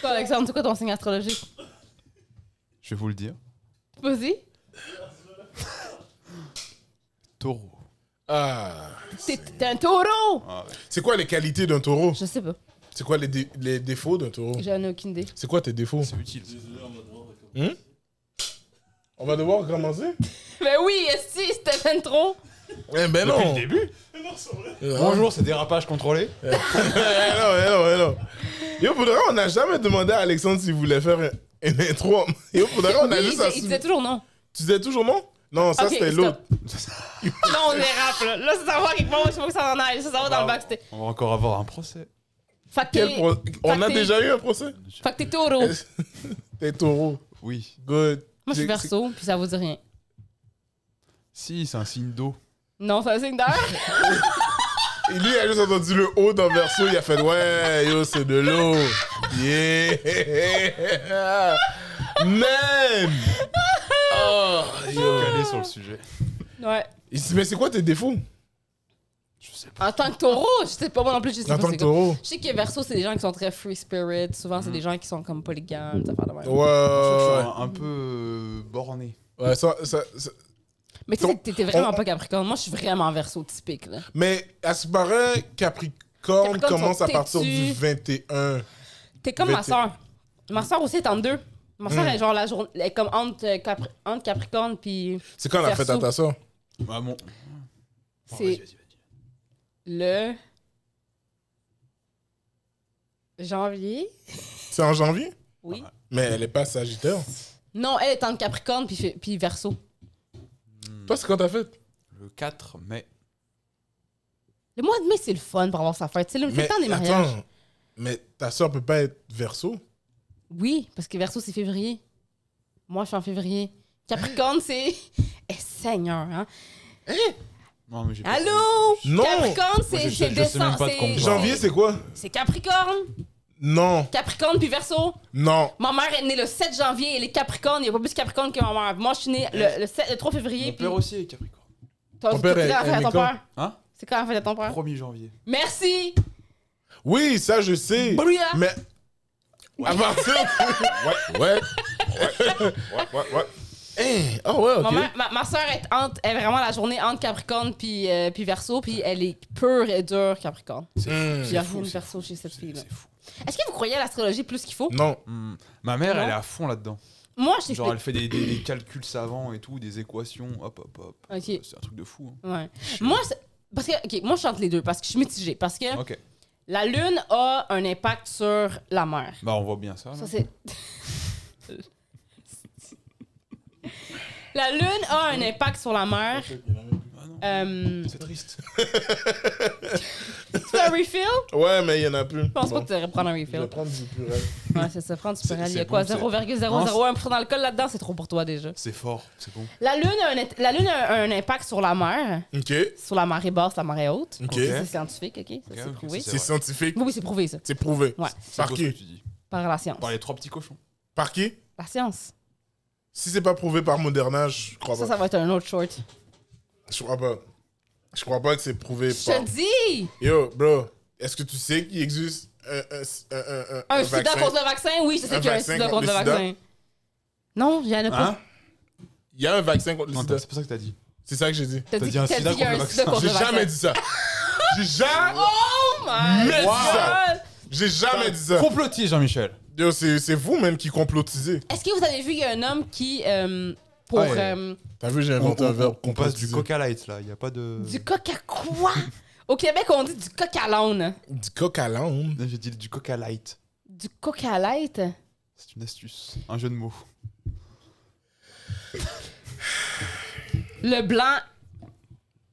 Toi, Alexandre, c'est quoi ton signe astrologique? Je vais vous le dire. Vas-y. Taureau. Ah. T'es t'es un taureau! Ah ouais. C'est quoi les qualités d'un taureau Je sais pas. C'est quoi les, dé- les défauts d'un taureau J'en ai aucune idée. C'est quoi tes défauts C'est utile. ça. On va devoir commencer Ben oui, si, c'était ben trop. Eh ben Depuis non le début Euh, Bonjour, c'est dérapage contrôlé. Eh non, eh non, eh non. Yo, pour de vrai, on n'a jamais demandé à Alexandre s'il voulait faire un- une intro. Yo, pour de vrai, on a Oui, juste il, à... il disait toujours non. Tu disais toujours non Non, ça Ok, c'était stop. l'autre. Là, on dérape, là. Là, c'est savoir quelque part, je sais pas que ça en aille. Ça, ça va dans le backstage. On va encore avoir un procès. Fait que Quel t'es- pro- On a Facté. déjà eu un procès fait que t'es taureau. Moi, T'es taureau. Oui. Good. je suis C'est- verso, puis ça vous dit rien. Si, c'est un signe d'eau. Non, c'est un signe d'air. Et lui, il a juste entendu le haut dans verso, il a fait Ouais, yo, c'est de l'eau. Yeah. Man. Oh, yo. Calé sur le sujet. *laughs* Ouais. Il dit, Mais c'est quoi tes défauts Je sais pas. En tant que taureau, je sais pas, moi non plus, je sais en pas tant que c'est quoi. taureau Mm. Je sais que verso, c'est des gens qui sont très free spirit. Souvent, c'est des gens qui sont comme polygames, des affaires de Ouais, même. Je ouais, suis un- un peu euh, borné. ouais. Ouais, ça- ça- ça- Mais tu sais Donc, que t'étais vraiment on- pas capricorne. Moi, je suis vraiment verso typique, là. Mais à ce paraît, Capricorne, Capricorne commence sont à partir têtus. du 21. T'es comme ma Vêtu. soeur. Ma soeur aussi est en deux. Ma soeur Hmm. est genre la journée. Elle est comme entre, euh, Capri- entre Capricorne, puis C'est quand la Verseau. fête à ta soeur Bah bon. Bon, C'est- vas-y, vas-y, vas-y. le. Janvier. C'est en janvier Oui. Mais elle est pas Sagittaire. Non, elle est en Capricorne, puis, fait- puis verso. Toi, c'est quand ta fête Le 4 mai. Le mois de mai, c'est le fun pour avoir sa fête. C'est le, c'est le temps des mariages. attends, mais ta soeur peut pas être verso Oui, parce que verso, c'est février. Moi, je suis en février. Capricorne, c'est. *laughs* Eh, Seigneur, hein. Non, mais j'ai pas- Allô? Non. Capricorne, Moi, je- c'est je- c'est je sais même décembre. pas de quoi on c'est- parle. Janvier, c'est quoi C'est Capricorne. Non, Capricorne, puis verso. non. Ma mère est née le 7 janvier, elle est Capricorne, il n'y a pas plus Capricorne que ma mère. Moi, je suis née le, le 7 le 3 février. Mon puis père aussi est Capricorne. T'as- Ton père c'est est- quand la fête est à ton quand? père? Hein C'est quand la fête à ton père? 1er janvier. Merci! Oui, ça, je sais. Brouilla! Mais à partir *laughs* de... *laughs* Ouais, ouais. Ouais, ouais, ouais. Hein, Ah ouais, Ma, ok. mère- ma, ma soeur est, entre, est vraiment la journée entre Capricorne puis, euh, puis Verso, puis elle est pure et dure Capricorne. Hmm. Puis il y a rien de c'est Verso chez cette C'est- fille-là. C'est fou. Est-ce que vous croyez à l'astrologie plus qu'il faut? Non. Hmm. Ma mère, elle Non. est à fond là-dedans. Moi, je Genre, elle t'explique. fait des, des- des calculs savants et tout, des équations, hop, hop, hop. Ok. C'est un truc de fou. Ouais. Moi, c'est- parce que, ok, moi, je chante les deux parce que je suis mitigée. Parce que hein. Ok. la Lune a un impact sur la mer. Bah, on voit bien ça. là. Ça, *laughs* c'est. la Lune a un impact sur la mer. Ah non, Euh, C'est triste. tu veux un refill? Ouais, mais il y en a plus. Je pense Bon, pas que tu devrais prendre un Je vais refill. prendre du purel. Ouais, c'est ça, prends du C'est- Purell. Il y a c'est quoi? bon, c'est- 0,001% d'alcool là-dedans? C'est trop pour toi déjà. C'est fort, c'est bon. La Lune a un, int- la lune a un impact sur la mer, Ok, sur la marée basse, la marée haute. ok. Ok. C'est scientifique, ok? Ça, Ok, c'est ok, prouvé. ça, C'est vrai. scientifique. Oui, oui, c'est prouvé, ça. C'est prouvé. Ouais, C'est Par beau ce qui? que tu dis. par la science. Par les trois petits cochons. Par qui La science. Si c'est pas prouvé par Moderna, je crois Ça, pas. ça va être un autre short. Je crois pas. Je crois pas que c'est prouvé Je par. te dis! Yo, bro. Est-ce que tu sais qu'il existe un, un, un, un, un Un, sida vaccin? contre le vaccin? Oui, je sais Un qu'il y a un vaccin sida contre contre le le sida? vaccin. Non, il y en a pas. *laughs* Hein Il y a un vaccin contre le Non, sida. t'as- c'est pas ça que t'as *laughs* dit. C'est ça que j'ai dit. T'as T'as dit dit un t'as sida dit il y a contre un le sida vaccin. contre J'ai le vaccin. jamais dit *laughs* ça. J'ai jamais, Oh my Mais god! ça- j'ai jamais dit ça. Complotier, Jean-Michel. Yo, C'est c'est vous même qui complotisez. Est-ce que vous avez vu, il y a un homme qui, euh, pour Ouais. euh, T'as vu, j'ai On, inventé un on- verbe. on passe du complotiser. coca light là, il y a pas de. du coq à quoi? Au Québec, on dit du coq à l'âne. Du coq à l'âne. Non, J'ai dit du coca light. Du coq à l'être? C'est une astuce, un jeu de mots. Le blanc.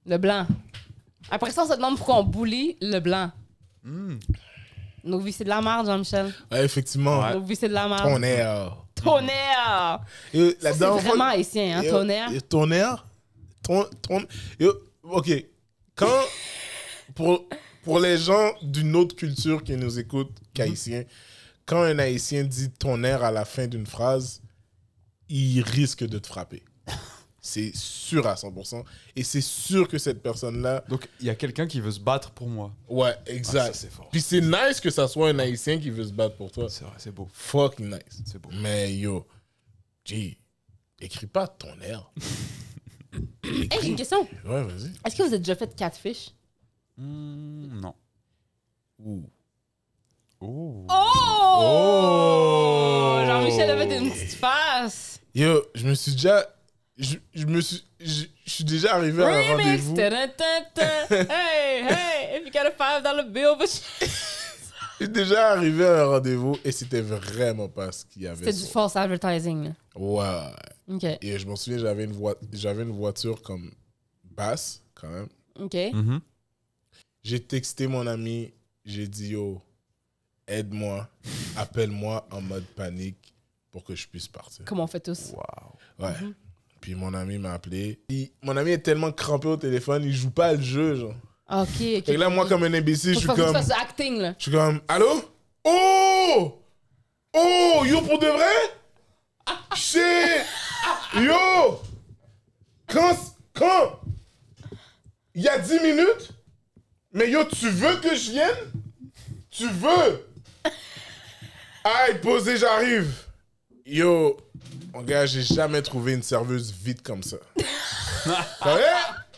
Le blanc. Après ça, on se demande pourquoi on boulie le blanc. Hmm. Nos vies, c'est de la merde, Jean-Michel. Ouais, effectivement. Ouais. Nos vies, c'est de la merde. On est. euh, Tonnerre! Et la Ça, C'est dernière fois- vraiment haïtien, hein, Yo, tonnerre. yo, euh, Tonnerre Ton, ton- yo, ok. Quand. Pour, pour les gens d'une autre culture qui nous écoutent qu'haïtiens, quand un haïtien dit tonnerre à la fin d'une phrase, il risque de te frapper. C'est sûr à 100%. Et c'est sûr que cette personne-là. Donc il y a quelqu'un qui veut se battre pour moi. Ouais, Ah, exact. ça, c'est fort. Puis c'est nice que ça soit un haïtien qui veut se battre pour toi. C'est vrai, c'est beau. Fucking nice. C'est beau. Mais yo, G, écris pas tonnerre. *laughs* Hey, j'ai une question. Ouais, vas-y. Est-ce que vous êtes déjà fait catfish? Hmm, non. Ouh. Oh. Oh! Jean-Michel avait une petite face. Yo, je me suis déjà. Je, je me suis. Je, je suis déjà arrivé à un Remix! rendez-vous. Tadun, tadun, *laughs* tadun. hey, hey, if you got a five dollar bill, but you- Je suis déjà arrivé à un rendez-vous et c'était vraiment pas ce qu'il y avait. C'était du sur- false advertising. là. Ouais. OK. Et je m'en souviens, j'avais une, voi- j'avais une voiture comme basse, quand même. OK. Mhm. J'ai texté mon ami, j'ai dit yo, aide-moi, appelle-moi en mode panique pour que je puisse partir. Comme on fait tous. Waouh. Ouais. Puis mon ami m'a appelé. Il- mon ami est tellement crampé au téléphone, il joue pas à le jeu, genre. OK, OK. Et là, moi, comme un imbécile, je suis Faut que tu comme. fasses du acting, là. Je suis comme, allô? Oh! Oh! Yo, pour de vrai? Shit! Yo! Quand? Quand? Il y a 10 minutes? Mais yo, tu veux que je vienne? Tu veux? Aïe, posé, j'arrive. Yo, mon gars, j'ai jamais trouvé une serveuse vide comme ça. Ça va?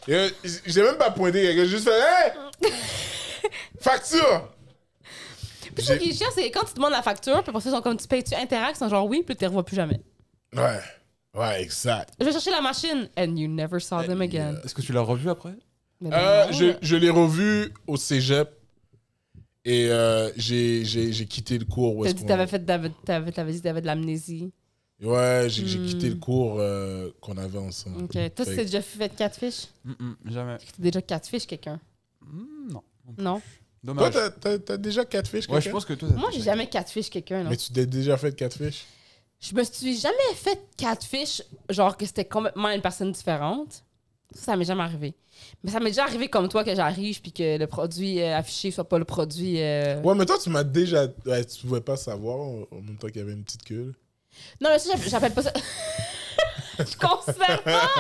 Yo, j- J'ai même pas pointé quelqu'un, j'ai juste fait, hey! Facture! Puis ce qui est chiant, c'est quand tu demandes la facture, puis après ça, ils sont comme tu payes, tu interacts, ils sont genre oui, puis tu les revois plus jamais. Ouais, ouais, exact. Je vais chercher la machine, and you never saw them again. Est-ce que tu l'as revu après Mais ben Euh, non. je je l'ai revu au cégep et euh, j'ai j'ai- j'ai quitté le cours. où T'as est-ce dit, qu'on- t'avais fait, t'avais, t'avais, t'avais dit, que t'avais de l'amnésie. Ouais, j'ai j'ai quitté Hmm. le cours euh, qu'on avait ensemble. Ok. Toi, tu t'es Fait- déjà fait catfish? Mm-mm, Hmm, Jamais. T'es déjà catfish, quelqu'un? Hmm, non. Non. Toi, Dommage. t'as- t'as t'as déjà quatre fiches ouais, je pense que toi. t'as- Moi, j'ai jamais catfish quelqu'un, non. Mais tu t'es déjà fait quatre fiches Je me suis jamais fait catfish, genre que c'était complètement une personne différente. Ça, ça m'est jamais arrivé. Mais ça m'est déjà arrivé comme toi que j'arrive puis que le produit euh, affiché soit pas le produit. euh, Ouais, mais toi, tu m'as déjà. ouais, tu pouvais pas savoir en en même temps qu'il y avait une petite queue. Non, mais ça, j'app- j'appelle pas ça. *laughs* je considère pas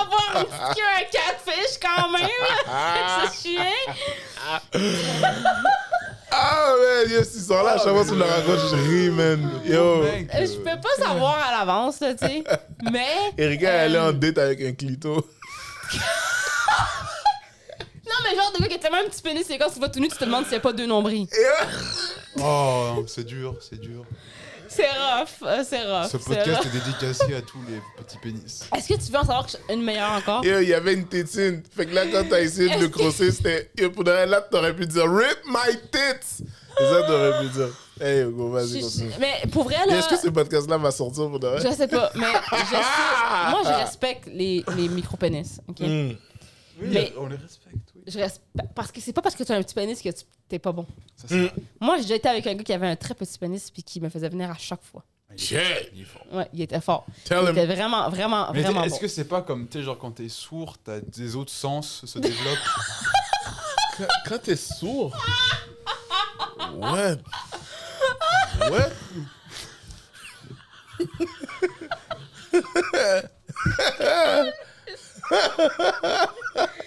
avoir une petite queue à catfish quand *laughs* même. Euh, C'est chien. Ah, man, yo, cette histoire-là, à chaque fois que tu me la racontes, je ris, man. Yo. Mec, Euh, Je peux pas savoir à l'avance, là, tu sais. Mais. Erika, euh, elle est en date avec un clito. Non, mais genre, de gars qui a tellement un petit pénis, c'est quand tu vas tout nu, tu te demandes s'il n'y a pas deux nombrils. Oh, non, c'est dur, c'est dur. C'est rough. euh, C'est rough. Ce c'est podcast rough. est dédicacé à tous les petits pénis. Est-ce que tu veux en savoir que je- une meilleure encore? Yo, il y avait une tétine. Fait que là, quand t'as essayé de Est-ce le que- crosser, c'était. Yo, pour de vrai, là, t'aurais pu dire RIP my tits! Et ça, t'aurais pu dire. Hey, go, Je- vas-y, je- continue. mais pour vrai, Mais là. Est-ce que ce podcast-là va sortir pour de vrai? Ah! Je sais pas, mais je sais- *laughs* moi, je respecte les, les micro-pénis. ok? Hmm. Oui, Mais- on les respecte, oui. Je respecte. Parce que c'est pas parce que tu as un petit pénis que tu t'es pas bon. Ça, c'est- Moi, j'ai déjà été avec un gars qui avait un très petit pénis puis qui me faisait venir à chaque fois. Ah, il est- Shit! il est fort. Ouais, il était fort. Tell il him. était vraiment, vraiment, Mais vraiment t'es- est-ce bon. que c'est pas comme, tu sais, genre quand t'es sourd, t'as des autres sens se développent *laughs* Quand, quand t'es sourd. Ouais. Ouais. *laughs*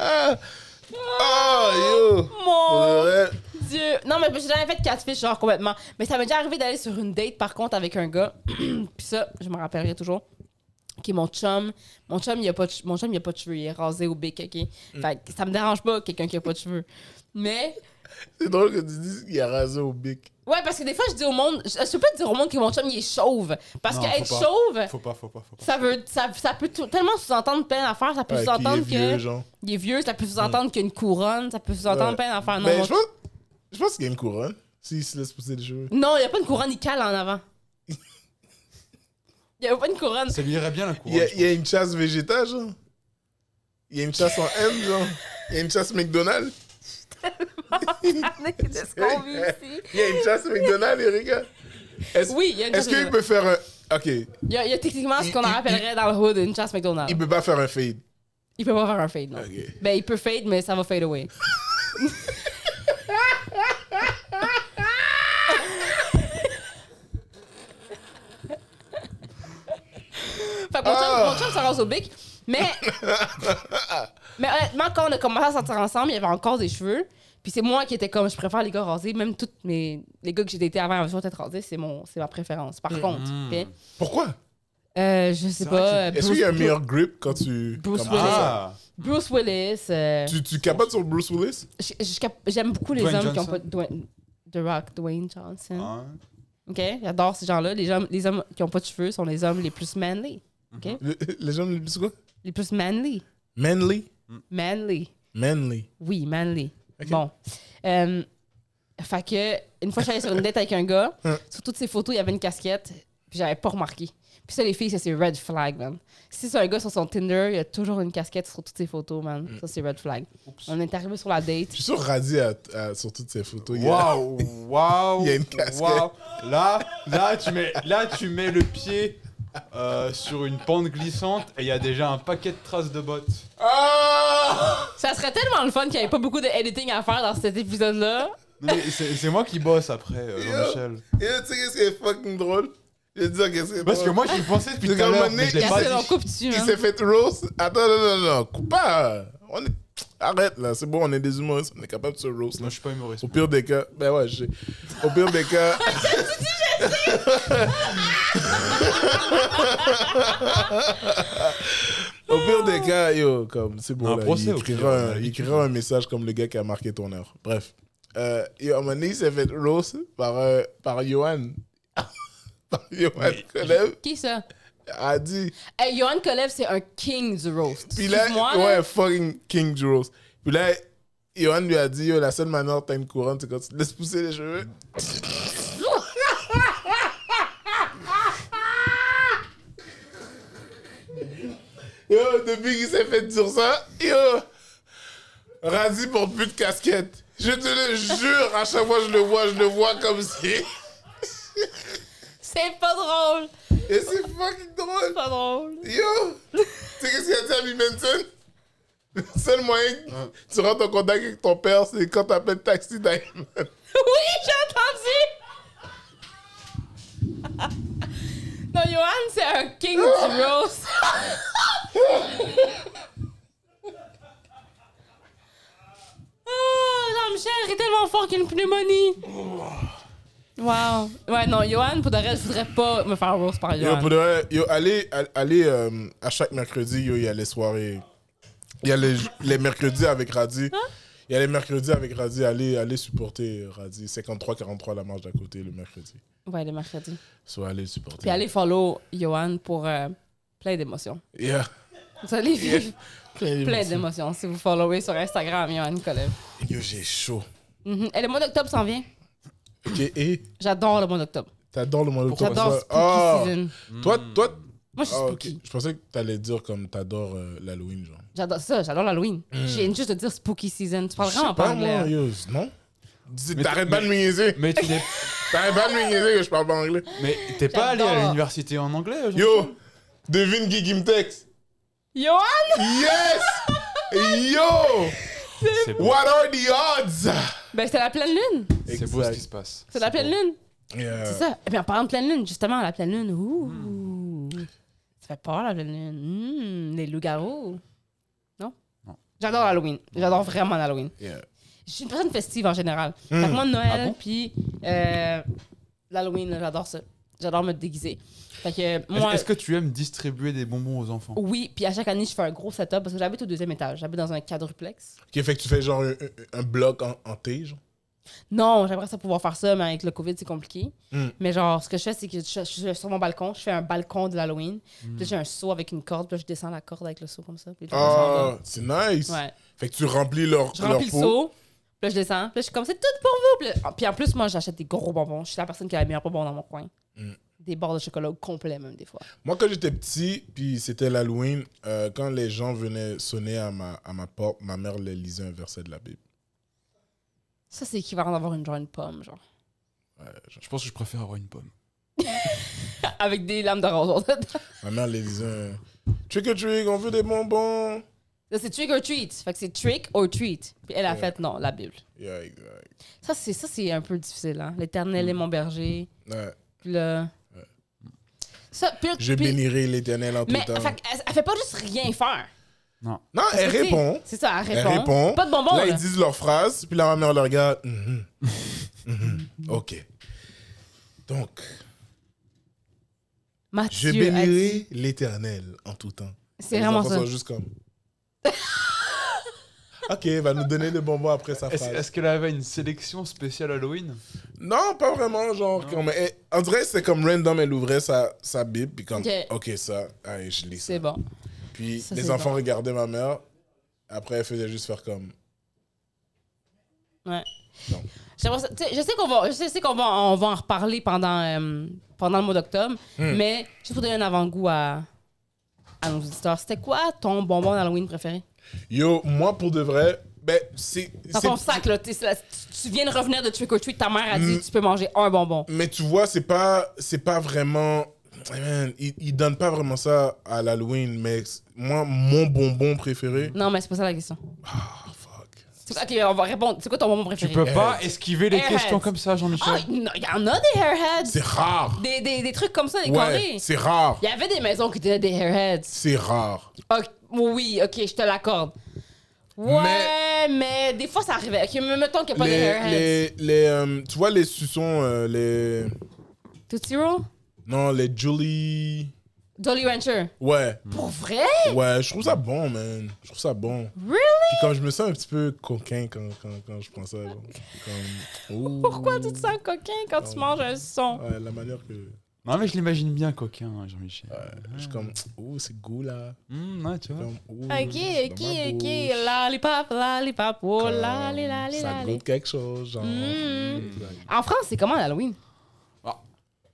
oh, yo! Pour Mon Ah, de vrai, Dieu! Non, mais j'ai jamais fait de catfish, genre complètement. Mais ça m'est déjà arrivé d'aller sur une date, par contre, avec un gars. *clears throat* Puis ça, je me rappellerai toujours. Qui est mon chum. Mon chum, il a pas de, che- mon chum, il a pas de cheveux. Il est rasé au bec, OK? Mm. Fait que ça me dérange pas, quelqu'un qui a pas de cheveux. Mais, C'est drôle que tu dises qu'il a rasé au bic. Ah, ouais, parce que des fois, je dis au monde, je, je peux pas dire au monde que mon chum, il est chauve. Parce Non, que faut être pas. chauve, Faut pas, faut pas, faut pas. ça veut, ça, ça peut tout- tellement sous-entendre plein d'affaires. Ça peut Ouais, qu'il est sous-entendre vieux, que. genre. Il est vieux, ça peut sous-entendre qu'il y a une couronne, ça peut sous-entendre Ouais. plein d'affaires. Ah Non, Mais mon Ben, je pense, je pense qu'il y a une couronne. S'il se laisse pousser les cheveux. Non, il n'y a pas une couronne, il cale en avant. Il n'y a pas une couronne. Ça lui irait bien la cour. Il y, a, il y a une chasse végétale, genre. Il y a une chasse en M, genre. Il y a une chasse McDonald's. de ce qu'on vit ici. Il y a une chasse McDonald's, les gars. Est-ce Oui, il y a une est-ce chasse qu'il McDonald's. peut faire un. Ok, Il y, a- il y a techniquement ce Il- qu'on il- appellerait dans le hood une chasse McDonald's. il peut pas faire un fade. Il peut pas faire un fade, non. Ok. Ben, il peut fade, mais ça va fade away. fait que mon chum, Ah. mon chum se rase au bic, mais... mais honnêtement, quand on a commencé à sortir ensemble, il y avait encore des cheveux. Puis c'est moi qui étais comme, je préfère les gars rasés. Même tous mes... les gars que j'ai datés avant avaient toujours été rasés. C'est mon... c'est ma préférence, par contre. ok? Pourquoi Euh, je sais C'est vrai pas. Est-ce Bruce- qu'il y a un meilleur grip quand tu. Bruce comme Willis. ça? Ah Bruce Willis. euh, Tu, tu capotes sur Bruce Willis Je- je cap- J'aime beaucoup les Dwayne hommes qui ont Johnson. pas de Dwayne- The Rock, Dwayne Johnson. Hein. OK? J'adore ces gens-là. Les hommes, les hommes qui ont pas de cheveux sont les hommes les plus manly. OK? Le- Les hommes, c'est quoi Les plus manly. Manly Manly. Manly. Oui, manly. Ok. Bon. Euh, fait que, une fois, j'allais sur une date avec un *laughs* gars. Hein. sur toutes ses photos, il y avait une casquette. Puis j'avais pas remarqué. Puis ça, les filles, ça, c'est red flag, man. Si c'est un gars sur son Tinder, il y a toujours une casquette sur toutes ses photos, man. Ça, c'est red flag. Mm. Oups. On est arrivé sur la date. Je suis sûr Radhi a- a- sur toutes ses photos. il y a- Waouh, *laughs* waouh, Il y a une casquette. waouh. Là, là, tu mets, là, tu mets le pied euh, sur une pente glissante et il y a déjà un paquet de traces de bottes. Ah Ça serait tellement le fun qu'il n'y avait pas beaucoup de editing à faire dans cet épisode-là. Non, mais c'est c'est moi qui bosse après, *laughs* euh, Jean-Michel. Et là, tu sais qu'est-ce qui est fucking drôle Je vais te dire qu'est-ce qui est Parce que drôle. moi, j'y pensais depuis Parce tout qu'à à un l'heure, moment mais je donné, il l'ai y a pas Cassé, on dit. coupe dessus, Il hein. s'est fait rose. Attends, non, non, non, coupe pas. On est... Arrête là, c'est bon, on est des humoristes, on est capable de se rose. Non, je suis pas humoriste. Au pire des cas, ben ouais, j'ai. Au pire des cas. Au pire des cas, yo, comme c'est bon. Un là, procès, il, au pire, écrira on un, a il eu écrira un message comme le gars qui a marqué ton heure. Bref. Euh, yo, à un moment donné, il s'est fait roast par, euh, par Johan. *laughs* par Johan Colev. Qui ça? A dit. Hey, Johan Colev, c'est un king du roast. Puis là, Excuse-moi, là. ouais, fucking King Jules. Puis là, Johan lui a dit, yo, la seule manière que t'as une couronne, c'est quand tu te laisses pousser les cheveux. *laughs* yo, depuis qu'il s'est fait dire ça, yo, Razi porte plus de casquette. Je te le jure, à chaque fois que je le vois, je le vois comme si. C'est pas drôle. Et c'est fucking drôle. Pas drôle. Yo! tu sais qu'est-ce qu'il a dit à Bill Benson? Le seul moyen que tu rentres en contact avec ton père, c'est quand t'appelles Taxi Diamond. *laughs* Oui, j'ai *laughs* entendu. non, Johan, c'est un *laughs* king du roast. *laughs* oh, Jean-Michel rit tellement fort qu'une pneumonie. Wow. Ouais, non, Johan, pour de vrai, je voudrais pas me faire roast par Yo, Johan. pour de vrai, yo, allez, all- allez euh, à chaque mercredi, yo, il y a les soirées. Il y a les, les mercredis avec Radi. Hein? Il y a les mercredis avec Radi. Allez, allez supporter Radi. 53-43 la marche d'à côté le mercredi. Ouais, le mercredi. Soit allez le supporter. Puis allez follow Johan pour euh, plein d'émotions. Yeah. Vous allez vivre plein Plein d'émotions si vous followez sur Instagram Johan Colev. Yo, j'ai chaud. Mhm. Et le mois d'octobre s'en vient. Ok, et J'adore le mois d'octobre. t'adores le mois d'octobre. J'adore ça? Spooky Ah! Season. Toi, toi, Moi, je suis Ah, ok. spooky. Je pensais que t'allais dire comme t'adores euh, l'Halloween, genre. J'adore ça, j'adore l'Halloween. J'ai une juste de dire spooky season. Tu parles Hmm. Je sais vraiment pas anglais. moi, hein. yo, non? Dis- Mais- T'arrêtes pas de me niaiser. Mais tu n'es T'arrêtes pas de me niaiser que je parle pas anglais. mais t'es pas allé à J'adore. l'université en anglais, Jean-Michel Yo, devine qui qui me texte. Johan! Yes! Yo! C'est beau, What are the odds? Ben, c'est la pleine lune. c'est beau ce Exact. qui se passe. C'est la pleine lune. Yeah. Euh. C'est ça. Et puis en parlant de pleine lune, justement, la pleine lune, ouh. Hmm. Ça fait peur, la pleine lune. Hmm, les loups-garous. Non? Non. J'adore l'Halloween. J'adore vraiment l'Halloween. Yeah. Je suis une personne festive en général. Fait que moi, Noël, Ah bon? puis euh, l'Halloween, là, j'adore ça. J'adore me déguiser. Fait que Est-ce- moi. Est-ce que tu aimes distribuer des bonbons aux enfants Oui, puis à chaque année, je fais un gros setup parce que j'habite au deuxième étage. J'habite dans un quadruplex. Qui fait que tu fais genre un, un- un bloc en, en thé, genre. Non, j'aimerais ça pouvoir faire ça, mais avec le COVID, c'est compliqué. Mm. Mais genre, ce que je fais, c'est que je, je suis sur mon balcon, je fais un balcon de l'Halloween. Puis là, j'ai un seau avec une corde, puis là, je descends la corde avec le seau comme ça. Puis là, Ah, c'est nice. je descends. Ouais. Fait que tu remplis leur, Je leur remplis le pot. seau, puis là, je descends. Puis là, je suis comme, c'est tout pour vous. Puis, là- puis en plus, moi, j'achète des gros bonbons. Je suis la personne qui a les meilleurs bonbons dans mon coin. Mm. Des barres de chocolat complets, même, des fois. Moi, quand j'étais petit, puis c'était l'Halloween, euh, quand les gens venaient sonner à ma, à ma porte, ma mère les lisait un verset de la Bible. Ça, c'est équivalent d'avoir une, genre, une pomme, genre. Ouais, genre, Je pense que je préfère avoir une pomme. Avec des lames de rose. ma mère les lisait un uh, Trick or trick, on veut des bonbons. *laughs* Ça, c'est trick or treat. Fait que c'est trick or treat. Puis elle a Ouais. fait, non, la Bible. Yeah, exact. Ça, c'est ça, c'est un peu difficile, hein. L'éternel est mon berger. Ouais. Puis là. Ouais. Ça, puis là, Je puis- bénirai l'éternel en tout Mais temps. fait, qu'elle- elle, fait pas juste rien faire. Non, Parce elle que, tu sais, répond. C'est ça, elle Elle répond. répond. Pas de bonbons. là, là. ils disent leur phrase, puis là, ma mère le regarde. Mhm. Mhm. Ok. Donc, je Mathieu a dit- bénirai l'éternel en tout temps. C'est Les vraiment enfants ça. sont juste comme. *laughs* ok, va nous donner le bonbon après sa Est-ce phrase. est-ce qu'elle avait une sélection spéciale Halloween Non, pas vraiment. Genre, Non. comme, eh, elle- en vrai, c'est comme random, elle ouvrait sa, sa Bible, puis comme, Ok. ok, ça, allez, je lis ça. C'est bon. Puis Ça, les c'est enfants bon. regardaient ma mère, après, elle faisait juste faire comme. Ouais. Non. J'aimerais ça- tu sais, Je sais qu'on va, je sais qu'on va, on va en reparler pendant, euh, pendant le mois d'octobre, Hmm. mais juste pour donner un avant-goût à, à nos auditeurs, c'était quoi ton bonbon d'Halloween préféré? Yo, moi, pour de vrai, ben, c'est. Dans c'est- ton sac, là, t'es- c'est la- tu, tu viens de revenir de trick or treat, ta mère a Hmm. dit tu peux manger un bonbon. Mais tu vois, c'est pas, c'est pas vraiment. eh Man, ils, ils donnent pas vraiment ça à l'Halloween, mais c- moi, mon bonbon préféré. Non, mais c'est pas ça la question. Ah, fuck. C'est quoi- Ok, euh, on va répondre. C'est quoi ton bonbon Tu préféré? peux pas Airheads. esquiver les Airheads. questions comme ça, Ah, Jean-Michel. il y en- il y en a des hairheads! C'est rare. Des, des, des trucs comme ça, des Ouais, carrés. c'est rare. Il y avait des maisons qui étaient des hairheads. C'est rare. Ok, oui, ok, je te l'accorde. Ouais, mais... des fois ça arrivait. Ok, mais mettons qu'il n'y a pas les, des hairheads. les, les, euh, tu vois les suçons, euh, les. Tootsie Roll? Non, les Julie. Dolly Rancher. Ouais, Pour vrai? ouais, je trouve ça bon, man. Je trouve ça bon. Really? Puis quand je me sens un petit peu coquin quand, quand, quand je prends ça. genre, Comme, ouh. Pourquoi tu te sens coquin quand tu manges un son? Ouais, la manière que. Non, mais je l'imagine bien coquin, hein, Jean-Michel. Je suis comme, ouh, c'est goût là. Hum, ouais, tu vois. Comme, ouh, Hmm, Ok, c'est ok, dans ma ok. bouche. Lollipop, lollipop, oh Comme, lali, lali, Ça lali. goûte quelque chose, genre. Mm. Exact. En France, c'est comment l'Halloween? Ah,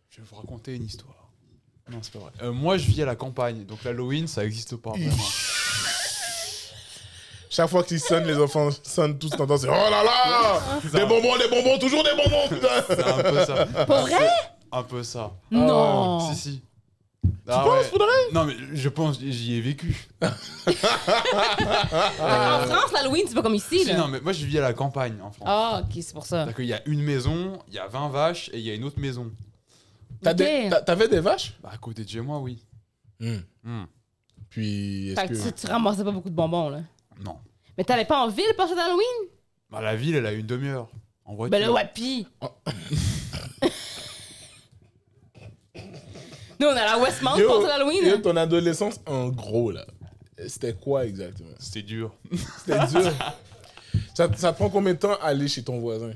je vais vous raconter une histoire. Non, c'est pas vrai. Euh, moi, je vis à la campagne, donc l'Halloween, ça existe pas vraiment. Chaque fois qu'ils sonnent, les enfants sonnent tous t'entends, c'est oh là là Des bonbons, des bonbons, toujours des bonbons, putain C'est un peu ça. Ah. Pour vrai? Un peu ça. Ah Non! Si, si. Ah Tu penses, faudrait Non, mais je pense, j'y ai vécu. *laughs* Euh, En Ah. France, l'Halloween, c'est pas comme ici, Si, non, Ah, là. mais moi, je vis à la campagne en France. Ah, ok, c'est pour ça. C'est-à-dire qu'il y a une maison, il y a 20 vaches et il y a une autre maison. T'as Ok. des- t'as- T'avais des vaches Bah, à côté de chez moi, oui. Hmm. Puis, Fait est-ce que. que tu, tu ramassais pas beaucoup de bonbons, là. Non. Mais t'allais pas en ville pour cet Halloween? Bah, la ville, elle a une demi-heure. En voiture. Ben là, ouais, pis. Nous, on est à la Westmount Yo, pour cet Halloween. yo, hein. ton adolescence, en gros, là, c'était quoi exactement C'était dur. *laughs* C'était dur. ça, ça te prend combien de temps à aller chez ton voisin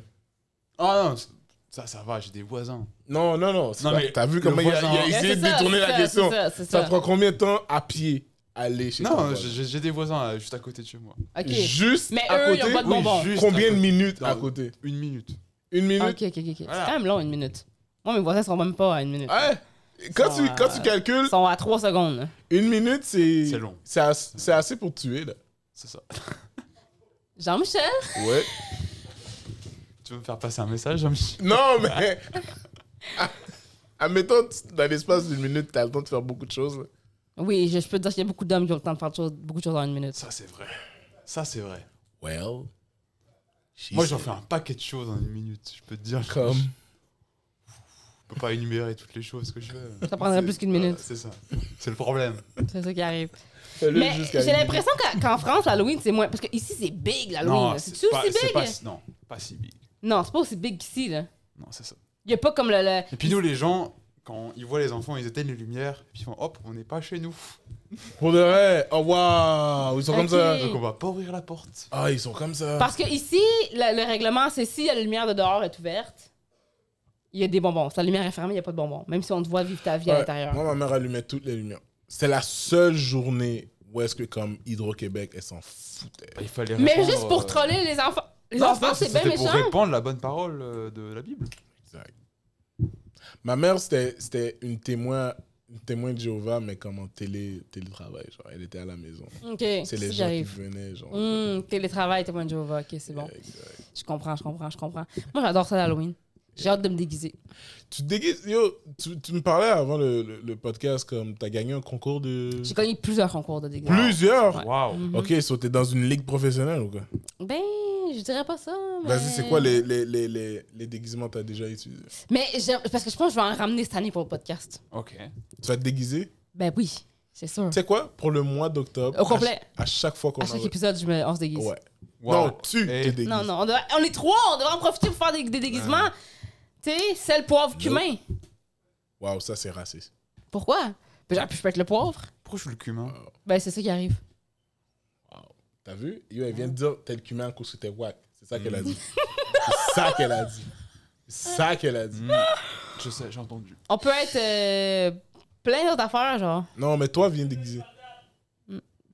Ah non, c- ça, ça va, j'ai des voisins. Non, non, non. c'est Non, pas- mais T'as vu le comment il a, il a voisin- Ouais, essayé c'est de ça, détourner c'est la ça, question. c'est ça, c'est Ça ça. te prend combien de temps à pied aller chez ton Non, voisin j'ai j'ai des voisins euh, juste à côté de chez moi. Ok. Juste Mais à eux, ils côté, ont pas de oui, bonbons. juste à combien de côté. minutes Non. à côté Une minute. Une minute Ah, Ok, ok, ok. ok. Voilà. C'est quand même long, une minute. Moi, mes voisins sont même pas à une minute. Ouais. Quand, Ils tu, sont, quand euh, tu calcules, Ils sont à trois secondes. là. une minute, c'est. C'est long. C'est as- c'est assez pour tuer, là. C'est ça. *laughs* Jean-Michel? Ouais. Tu veux me faire passer un message, Jean-Michel non, mais. Ah, Admettons, tu- dans l'espace d'une minute, t'as le temps de faire beaucoup de choses. là. Oui, je, je peux te dire qu'il y a beaucoup d'hommes qui ont le temps de faire de choses- beaucoup de choses en une *laughs* minute. Ça, c'est vrai. Ça, c'est vrai. Well. Moi, j'en fais un paquet de choses en une minute, je peux te dire. Comme. peux pas énumérer toutes les choses que je fais. Ça prendrait C'est- plus qu'une voilà, minute. C'est ça. C'est le problème. C'est ça qui arrive. Fais-le Mais jusqu'à j'ai minuit. l'impression qu'à- qu'en France, l'Halloween, c'est moins. Parce que ici, Ah bah, c'est big, l'Halloween. là. C'est-tu pas, aussi big? pas si- Non, pas si big. Non, c'est pas aussi big qu'ici, là. Non, c'est ça. Il a pas comme le. le- Et puis nous, les gens, quand ils voient les enfants, ils éteignent les lumières, et puis ils font hop, on n'est pas chez nous. Pour de vrai. Oh, waouh. Ils sont comme Ok. ça. Donc on va pas ouvrir la porte. Ah, ils sont comme ça. Parce que ici, le, le règlement, c'est si la lumière de dehors est ouverte, il y a des bonbons. Si la lumière est fermée, il n'y a pas de bonbons. Même si on te voit vivre ta vie à Ouais. l'intérieur. Moi, ma mère allumait toutes les lumières. C'est la seule journée où est-ce que, comme Hydro-Québec, elle s'en foutait. Bah, Il fallait Mais répandre, juste pour euh, troller les enfants. Les non, enfants, non, c'est bien c'était pour méchant. répandre la bonne parole euh, de la Bible. Exact. Ma mère, c'était c'était une témoin, une témoin de Jéhovah, mais comme en télé, télétravail. Genre, elle était à la maison. Ok, C'est c'est les ça qui gens qui arrive. venaient. Genre, Hum, télétravail, t'es moins Jova. Ok, c'est bon. Exact. Je comprends, je comprends, je comprends. Moi, j'adore ça l'Halloween. J'ai hâte de me déguiser. Tu, te déguises, yo, tu, tu me parlais avant le, le- le podcast comme tu as gagné un concours de. J'ai gagné plusieurs concours de déguisement. Plusieurs Waouh. Mhm. Ok, so t'es dans une ligue professionnelle ou quoi Ben, je dirais pas ça. mais- Vas-y, c'est quoi les, les, les, les, les déguisements que t'as déjà utilisés Mais j'ai- parce que je pense que je vais en ramener cette année pour le podcast. Ok. Tu vas te déguiser Ben oui, c'est sûr. Tu sais quoi Pour le mois d'octobre. à Au complet. ch- À, chaque fois qu'on À chaque enregistre- épisode, je me... on se déguise. Ouais. Waouh. Non, tu Et- te déguises. Non, non, on, devrait- on est trois, on devrait en profiter pour faire des, des déguisements. Tu sais, sel, poivre, cumin. Waouh, ça c'est raciste. Pourquoi? Ben, j'aurais pu mettre le poivre. Pourquoi je suis le cumin Ben, c'est ça qui arrive. T'as vu Yo, elle vient de dire tel cumin coup c'était wack. C'est ça qu'elle Mhm. a dit. c'est ça qu'elle a dit. C'est ça qu'elle a dit. Mhm. Je sais, j'ai entendu. On peut être euh, plein d'autres affaires, genre. Non, mais toi, viens déguiser.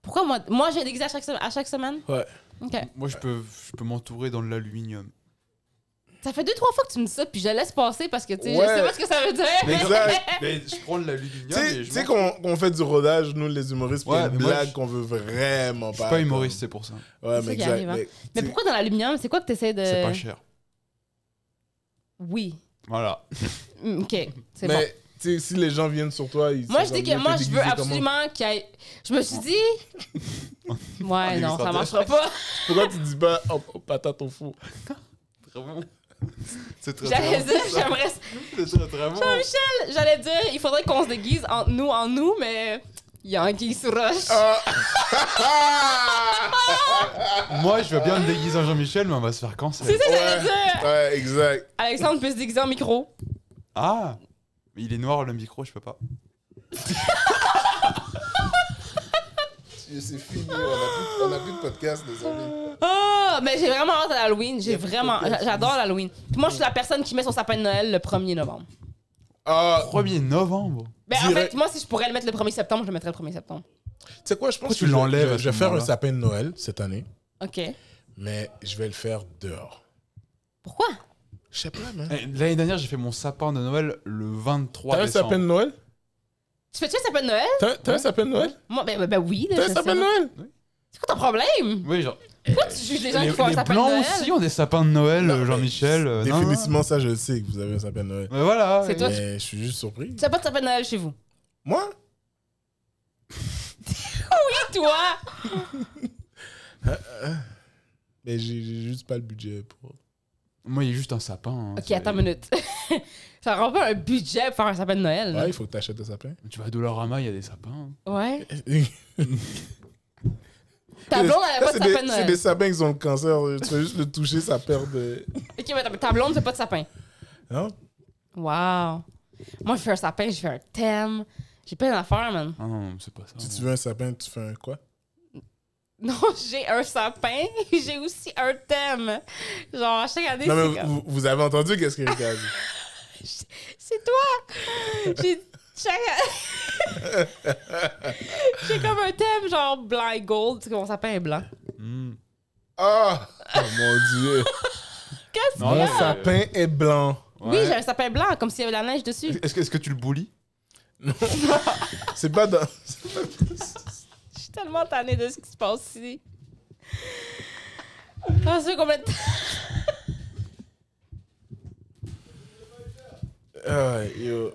Pourquoi moi, moi j'ai déguisé à chaque, sema- à chaque semaine? Ouais. Ok. Moi, je peux, je peux m'entourer dans de l'aluminium. Ça fait deux, trois fois que tu me dis ça, puis je laisse passer parce que tu sais, Ouais. je sais pas ce que ça veut dire. Mais exact. Mais je prends de l'aluminium et Tu je sais m'en- qu'on qu'on fait du rodage, nous les humoristes, pour Ouais, une mais moi, blague je- qu'on veut vraiment pas. Je suis pas humoriste, c'est pour ça. Ouais, C'est mais ça qui exact. arrive, hein. mais- Mais tu- pourquoi dans l'aluminium? C'est quoi que tu essaies de. C'est pas cher. Oui. Voilà. Mm, Ok, c'est bon. Mais tu sais, si les gens viennent sur toi, ils sont Moi, je dis comme, que Yo, moi, t'es je veux déguisé comment absolument qu'il y ait. Je me suis dit. *laughs* Ouais, non, ça extraterrestre. marchera pas. Pourquoi tu dis pas oh, oh, patate au four Très bon. *laughs* C'est très très J'allais bon. dire, *laughs* j'aimerais. C'est très très bon. Jean-Michel, j'allais dire, il faudrait qu'on se déguise en nous, en nous, mais. Il y a un qui se rush. Ah, Ah! Moi, je veux bien me déguiser en Jean-Michel, mais on va se faire C'est cancer. ça, que Ouais. j'allais dire. Ouais, exact. Alexandre peut se déguiser en micro. Ah Mais il est noir le micro, je peux pas. C'est fini, on a, plus, de podcast, désolé. Oh, mais j'ai vraiment hâte à l'Halloween. J'ai vraiment. j'a- J'adore l'Halloween. Puis moi, je suis la personne qui met son sapin de Noël le 1er novembre. Ah, 1er novembre Mais en Direct. fait, moi, si je pourrais le mettre le 1er septembre, je le mettrais le 1er septembre. tu sais quoi, je pense Pourquoi tu que je- l'enlèves je- à je ce vais faire un moment-là sapin de Noël cette année. OK. mais je vais le faire dehors. Pourquoi? Je sais pas, man. Eh, L'année dernière, j'ai fait mon sapin de Noël le 23 T'as un décembre. sapin de Noël Tu fais-tu un sapin de Noël? T'as t'as un sapin de Noël Moi, ben, ben, ben oui. là, T'as je un sais, sapin de là. Noël C'est quoi ton problème? Oui, genre. Pourquoi tu juges les gens les qui font un les sapin de blancs Noël? aussi ont des sapins de Noël, Non, euh, mais Jean-Michel. euh, non, non. Définitivement, ça, je le sais que vous avez un sapin de Noël. Mais voilà. C'est oui. toi qui- Mais je suis juste surpris. Tu n'as pas de sapin de Noël chez vous. Moi Toi! Mais j'ai j'ai juste pas le budget pour. Moi, il est juste un sapin. hein, Ok, c'est- attends une minute. *laughs* ça rend pas un budget pour faire un sapin de Noël. là. Ouais, il faut que t'achètes un sapin. Tu vas à Dolorama, il y a des sapins. hein. Ouais. Ta Ta blonde, elle a pas de sapin de C'est Noël. des sapins qui ont le cancer. Tu vas juste le toucher, ça perd de. Ok, mais attends, mais ta blonde, fait pas de sapin. Non Wow. Moi, je fais un sapin, je fais un thème. J'ai plein d'affaires, man. *laughs* Ah non, c'est pas ça. Si tu veux un sapin, tu fais un quoi Non, j'ai un sapin, *laughs* j'ai aussi un thème. Genre, à chaque année, Non, c'est mais comme- vous, vous avez entendu qu'est-ce que Rika a dit C'est toi! J'ai chaque- *laughs* J'ai comme un thème genre blanc et gold, tu sais, mon sapin est blanc. Hmm. Ah Oh mon dieu Qu'est-ce Non, Mon mais- sapin est blanc. Oui, Ouais. j'ai un sapin blanc, comme s'il y avait de la neige dessus. Est-ce que, est-ce que tu le boulis C'est pas dans. *laughs* Je suis tellement tannée de ce qui se passe ici. Ah, c'est complètement... Euh, Ah, yo.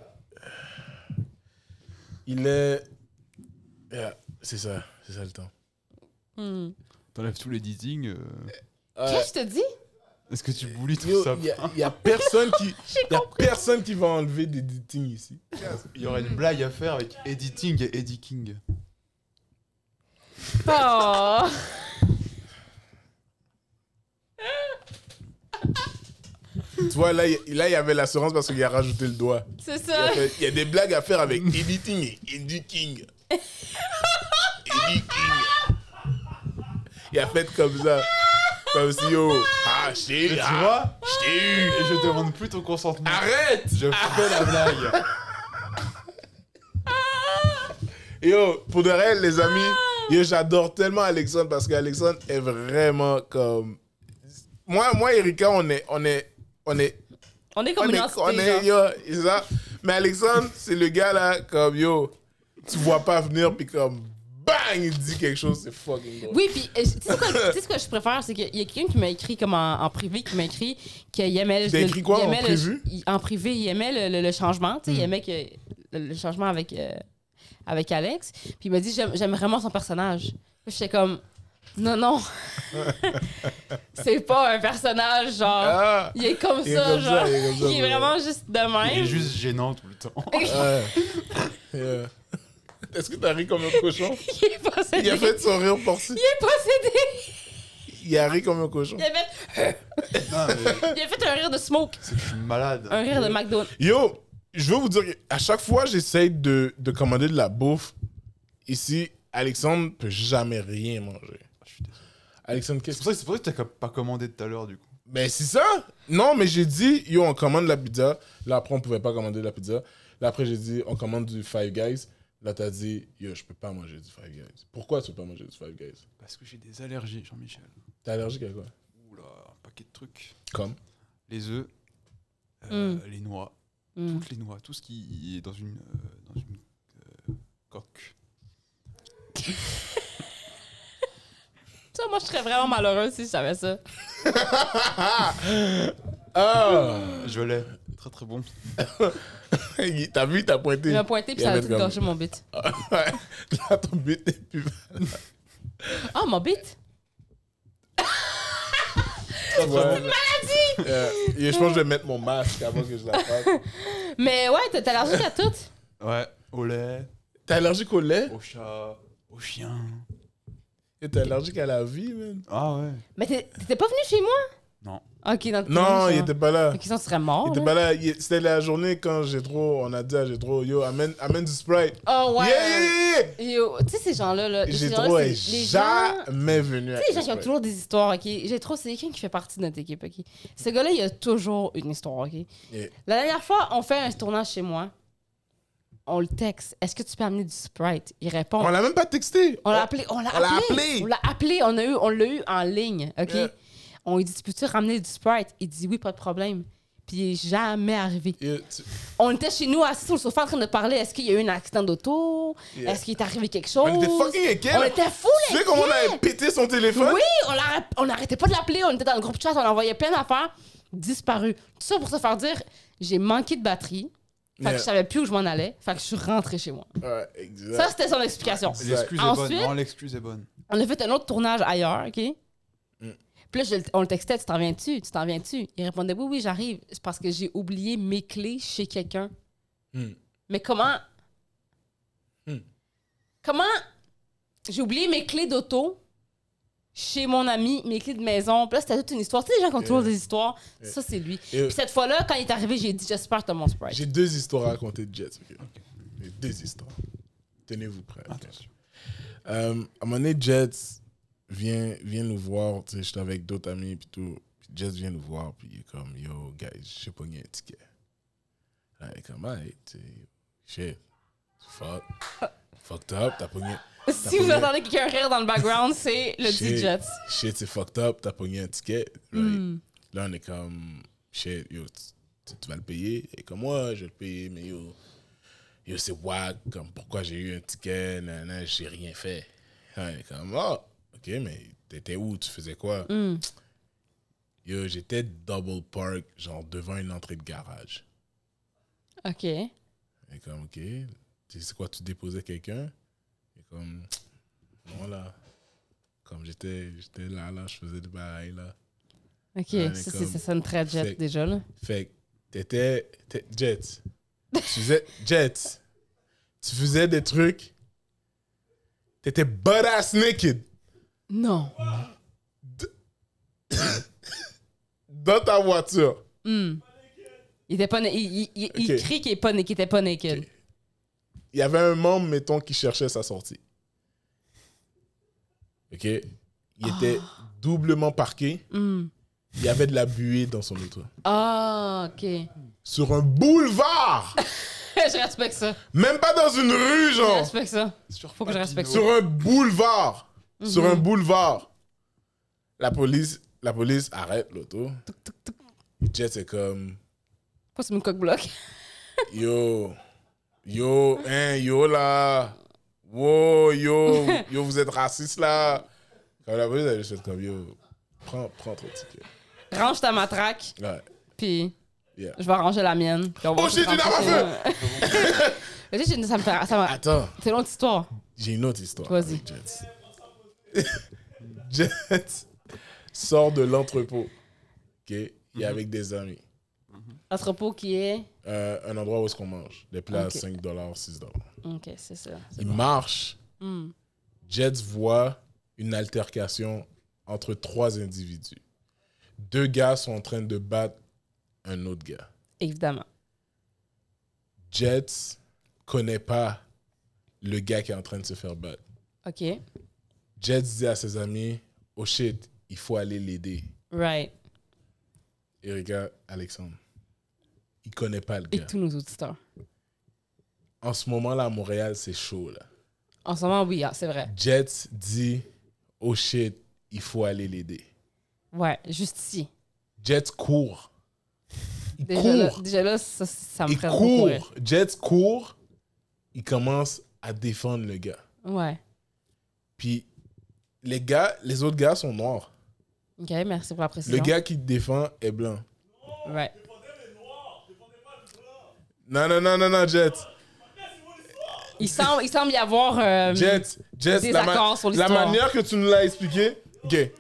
Il est. Yeah, c'est ça, c'est ça le temps. Hmm. T'enlèves tous les dithings. Qu'est-ce que je te dis? Est-ce que tu boulis tout Yo, ça y a, y a personne qui, y a personne qui va enlever des dating ici. Il y aurait une blague à faire avec editing et Eddie King. Oh. Tu vois, là, il là, il y avait l'assurance parce qu'il a rajouté le doigt. C'est Il ça. a fait- il y a des blagues à faire avec editing et editing. Editing. Il a fait comme ça. Comme si, yo, ah, je t'ai eu, Tu ah, vois je t'ai eu. Et je demande plus ton consentement. Arrête Je fais la blague. Yo, pour de vrai, les amis, yo, j'adore tellement Alexandre parce qu'Alexandre est vraiment comme. Moi, moi, Erika, on est, on est, on est, On est comme on une est, entité, on est, genre. yo, c'est ça. Mais Alexandre, c'est le gars là, comme yo, tu vois pas venir, puis comme bang, il dit quelque chose, c'est fucking drôle. Oui, puis euh, tu sais quoi- tu sais ce que je préfère, c'est qu'il y a quelqu'un qui m'a écrit comme en, en privé, qui m'a écrit qu'il aimait... T'as le- écrit quoi, il en aimait le- privé? Hmm. il- En privé, il aimait le, le- le changement, tu sais, il aimait que, le, le changement avec, euh, avec Alex. Puis il m'a dit, j'aime j'aime vraiment son personnage. Puis J'étais comme, *laughs* non, non, *laughs* c'est pas un personnage, genre... Ah, Il est comme Il est ça, comme genre. ça, il est comme ça, il est ouais. vraiment juste de même. Il est juste gênant tout le temps. ouais. *laughs* Yeah. Est-ce que t'as ri comme un cochon? *laughs* Il est possédé. Il a fait son rire porcé. Il est possédé. Il a ri comme un cochon. Il a, fait... Non, mais il a fait un rire de smoke. c'est que je suis malade. Un rire de McDonald's. Yo, je veux vous dire qu'à chaque fois j'essaye de, de commander de la bouffe, ici, Alexandre peut jamais rien manger. Je suis désolé. Alexandre, C'est qu'est-ce pour que ça que c'est pour ça que t'as pas commandé tout à l'heure du coup. Ben, c'est ça! Non, mais j'ai dit, yo, on commande la pizza. Là, après, on pouvait pas commander de la pizza. Là, après, j'ai dit, on commande du Five Guys. Là, t'as dit, yo, je peux pas manger du Five Guys. Pourquoi tu peux pas manger du Five Guys? Parce que j'ai des allergies, Jean-Michel. T'es allergique à quoi? Oula, un paquet de trucs. Comme? Les œufs, euh, Mm. les noix, Mm. toutes les noix, tout ce qui est dans une, euh, dans une euh, coque. Ça, moi, je serais vraiment malheureuse si je savais ça. Ah! *laughs* Je l'ai. Très très bon. Il- t'as vu, t'as pointé. Il m'a pointé puis Il ça a avait tout comme- gâché mon bit. Ouais. *laughs* Là, ton but n'est plus *laughs* Ah, mon bit? Ouais. Euh, et je pense que je vais mettre mon masque avant que je la fasse. Mais ouais, t'as t'as l'argent à tout. Ouais. Au lait, T'es allergique au lait au chat, au chien. et t'es allergique à la vie, man. Ah ouais. Mais t'es- t'étais pas venu chez moi? Non. Ok, dans Non, il était pas là. Donc, ils sont serait Il morts. était là. pas là. Il- C'était la journée quand j'ai trop. On a dit à j'ai trop. Yo, amène, amène du sprite. Oh, ouais. Yeah, yeah, yeah. Yo, tu sais, ces gens-là, là. ces J'ai gens-là, trop c'est est les gens- jamais venu. Tu sais, les gens qui ont toujours des histoires, ok? J'ai trop, c'est quelqu'un qui fait partie de notre équipe, ok? Ce gars-là, il a toujours une histoire, ok? Yeah. La dernière fois, on fait un tournage chez moi. On le texte. Est-ce que tu peux amener du Sprite? Il répond. On l'a même pas texté. On l'a appelé. On l'a on l'a appelé. appelé. On l'a appelé. On a eu, on l'a eu en ligne, ok? Yeah. On lui dit, peux-tu ramener du Sprite? Il dit oui, pas de problème. Puis il est jamais arrivé. Yo, Oh, tu- On était chez nous assis sur le sofa en train de parler. Est-ce qu'il y a eu un accident d'auto? Yeah. Est-ce qu'il est arrivé quelque chose? On était fucking inquiets. On là. était fous, Tu les sais comment on gars. a pété son téléphone Oui, on l'arrêt- on n'arrêtait pas de l'appeler. On était dans le groupe chat, on envoyait plein d'affaires. Disparu. Tout ça pour se faire dire j'ai manqué de batterie. Fait que Yeah. je savais plus où je m'en allais. Fait que je suis rentrée chez moi. Ouais, exact. Ça, c'était son explication. Ouais. L'excuse est Ensuite- bonne. Non, l'excuse est bonne. On a fait un autre tournage ailleurs, OK? Mm. Puis là, je le- on le textait, tu t'en viens-tu? Tu t'en viens-tu? Il répondait, oui, oui, j'arrive. C'est parce que j'ai oublié mes clés chez quelqu'un. Hmm. Mais comment? Mm. Comment j'ai oublié mes clés d'auto chez mon ami, mes clés de maison. Puis là, c'était toute une histoire. Tu sais, les gens qui ont toujours Yeah. des histoires. Yeah. Ça, c'est lui. Yo, Puis cette fois-là, quand il est arrivé, j'ai dit, j'espère que t'as mon sprite. J'ai deux histoires à raconter de Jets. ok? J'ai Deux histoires. Tenez-vous prêts. ok? Attention. Euh, à un moment donné, Jets vient, vient nous voir. Tu sais, j'étais avec d'autres amis et tout. Puis Jets vient nous voir. Puis il est comme, yo, guys, j'ai pogné un ticket. Là, il est comme, hey, tu sais, shit, fuck, fucked up, t'as pogné. t'as *laughs* Si vous pogné- entendez quelqu'un rire dans *laughs* le background, c'est le Shit. DJ. Shit, c'est fucked up, t'as pogné un ticket. right? Là, on est comme, shit, yo, tu, tu vas le payer. Et comme, moi, je vais le payer, mais yo, yo c'est wack, comme, pourquoi j'ai eu un ticket, nanana, j'ai rien fait. Là, on est comme, oh, ok, mais t'étais où, tu faisais quoi? Yo, j'étais double park, genre devant une entrée de garage. OK. Et comme, ok, tu sais, c'est quoi, tu déposais quelqu'un? Et comme, non, là, comme j'étais j'étais là, là, je faisais des bails, là. Ok, Ouais, mais ça, c'est- comme- ça sonne très jet Fait- déjà, là. Fait que t'étais t'es- jet. Tu faisais jet. Tu faisais des trucs. T'étais butt ass naked Non. dans ta voiture. Hmm. Il était pas na- il, il- il- il Ok. crie qu'il est pas na- qu'il était pas naked. Ok. Il y avait un membre, mettons, qui cherchait sa sortie. OK? Il était doublement parqué. Hmm. Il y avait de la buée dans son auto. Ah, ok. *laughs* Sur un boulevard! je respecte ça. Même pas dans une rue, Je genre! respecte ça. Sur Faut que je Papineau. respecte Sur un boulevard! Sur un boulevard! La police, la police arrête l'auto. Tuk, tuk, tuk. Jet, c'est comme... Pourquoi c'est mon coque-bloc? *laughs* Yo, yo, hein, yo là. Wow, yo, yo, vous êtes raciste là. Comme la police, elle est juste comme yo. Prends, prends ton ticket. Range ta matraque, Ouais. puis Yeah. je vais ranger la mienne. puis on va Oh, se j'ai une rentrer arme à chez nous. *laughs* Mais tu sais, j'ai- ça me fait- ça m'a- Attends, C'est une autre histoire. j'ai une autre histoire. Vas-y. avec Jets. *laughs* Jets sort de l'entrepôt. OK? Il Mhm. est avec des amis. Entrepôt qui est. Euh, un endroit où est-ce qu'on mange. Des plats Ok. à 5 6 Ok, c'est ça. c'est Il bon. marche. Hmm. Jets voit une altercation entre trois individus. Deux gars sont en train de battre un autre gars. Évidemment. Jets connaît pas le gars qui est en train de se faire battre. Ok. Jets dit à ses amis Oh shit, il faut aller l'aider. Right. Et regarde Alexandre. Il connaît pas le Et gars. tous nos auditeurs. En ce moment-là, à Montréal, c'est chaud. Là. En ce moment, oui, ah, c'est vrai. Jets dit Oh shit, il faut aller l'aider. Ouais, juste ici. Jets court. Il Déjà, court. là, déjà là, ça, ça me il ferait beaucoup court. rire. Jets court. Il commence à défendre le gars. Ouais. Puis les gars, les autres gars sont noirs. Ok, merci pour la précision. Le gars qui défend est blanc. Right. Non, non, non, non, non, Jets. Il semble, il semble y avoir. euh, Jets, Jets, la, ma- Désaccord sur la l'histoire. manière que tu nous l'as expliqué, ok.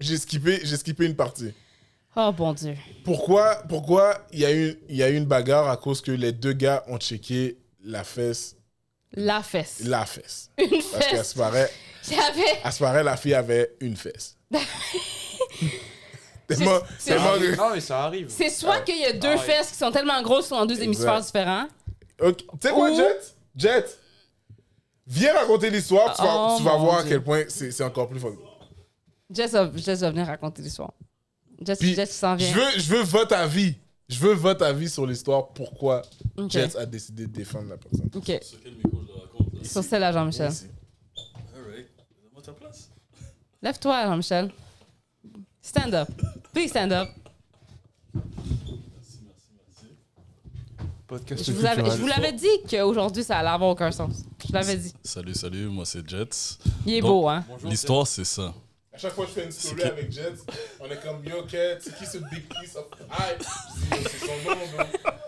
J'ai skippé, j'ai skippé une partie. Oh bon Dieu. Pourquoi pourquoi il y, a eu- il y a eu une bagarre à cause que les deux gars ont checké la fesse, La fesse. la *laughs* fesse. Une Parce qu'à fesse. ce paraît, J'avais. à ce paraît, la fille avait une *laughs* fesse. tellement, C'est- tellement Ah, que- Non, mais ça arrive. C'est soit qu'il y a deux Ah, oui. fesses qui sont tellement grosses sont en deux Exact. hémisphères différents. Ok, Tu sais quoi, Ou- Jet? Jet, viens raconter l'histoire, tu vas, Oh, tu vas mon voir à Dieu. quel point c'est c'est encore plus fort. Jess va, Jess va venir raconter l'histoire. Jess, Puis, Jess s'en vient. Je veux, je veux votre avis. Je veux votre avis sur l'histoire, pourquoi Ok. Jets a décidé de défendre la personne. Ok. Sur quel micro je le raconte là Sur celle-là, Jean-Michel. Ici. Alright. Donne-moi ta place. Lève-toi, Jean-Michel. Stand up. Please stand up. Merci, merci, merci. Podcast Je vous avais, je culturel. vous l'avais dit qu'aujourd'hui, ça allait avoir aucun sens. Je l'avais dit. Salut, salut, moi c'est Jets. Il est Donc- beau, hein? Bonjour, L'histoire c'est ça. À chaque fois que je fais une story C'est que- avec Jets, on est comme Yo, Cat, c'est qui ce big piece of hype C'est son nom,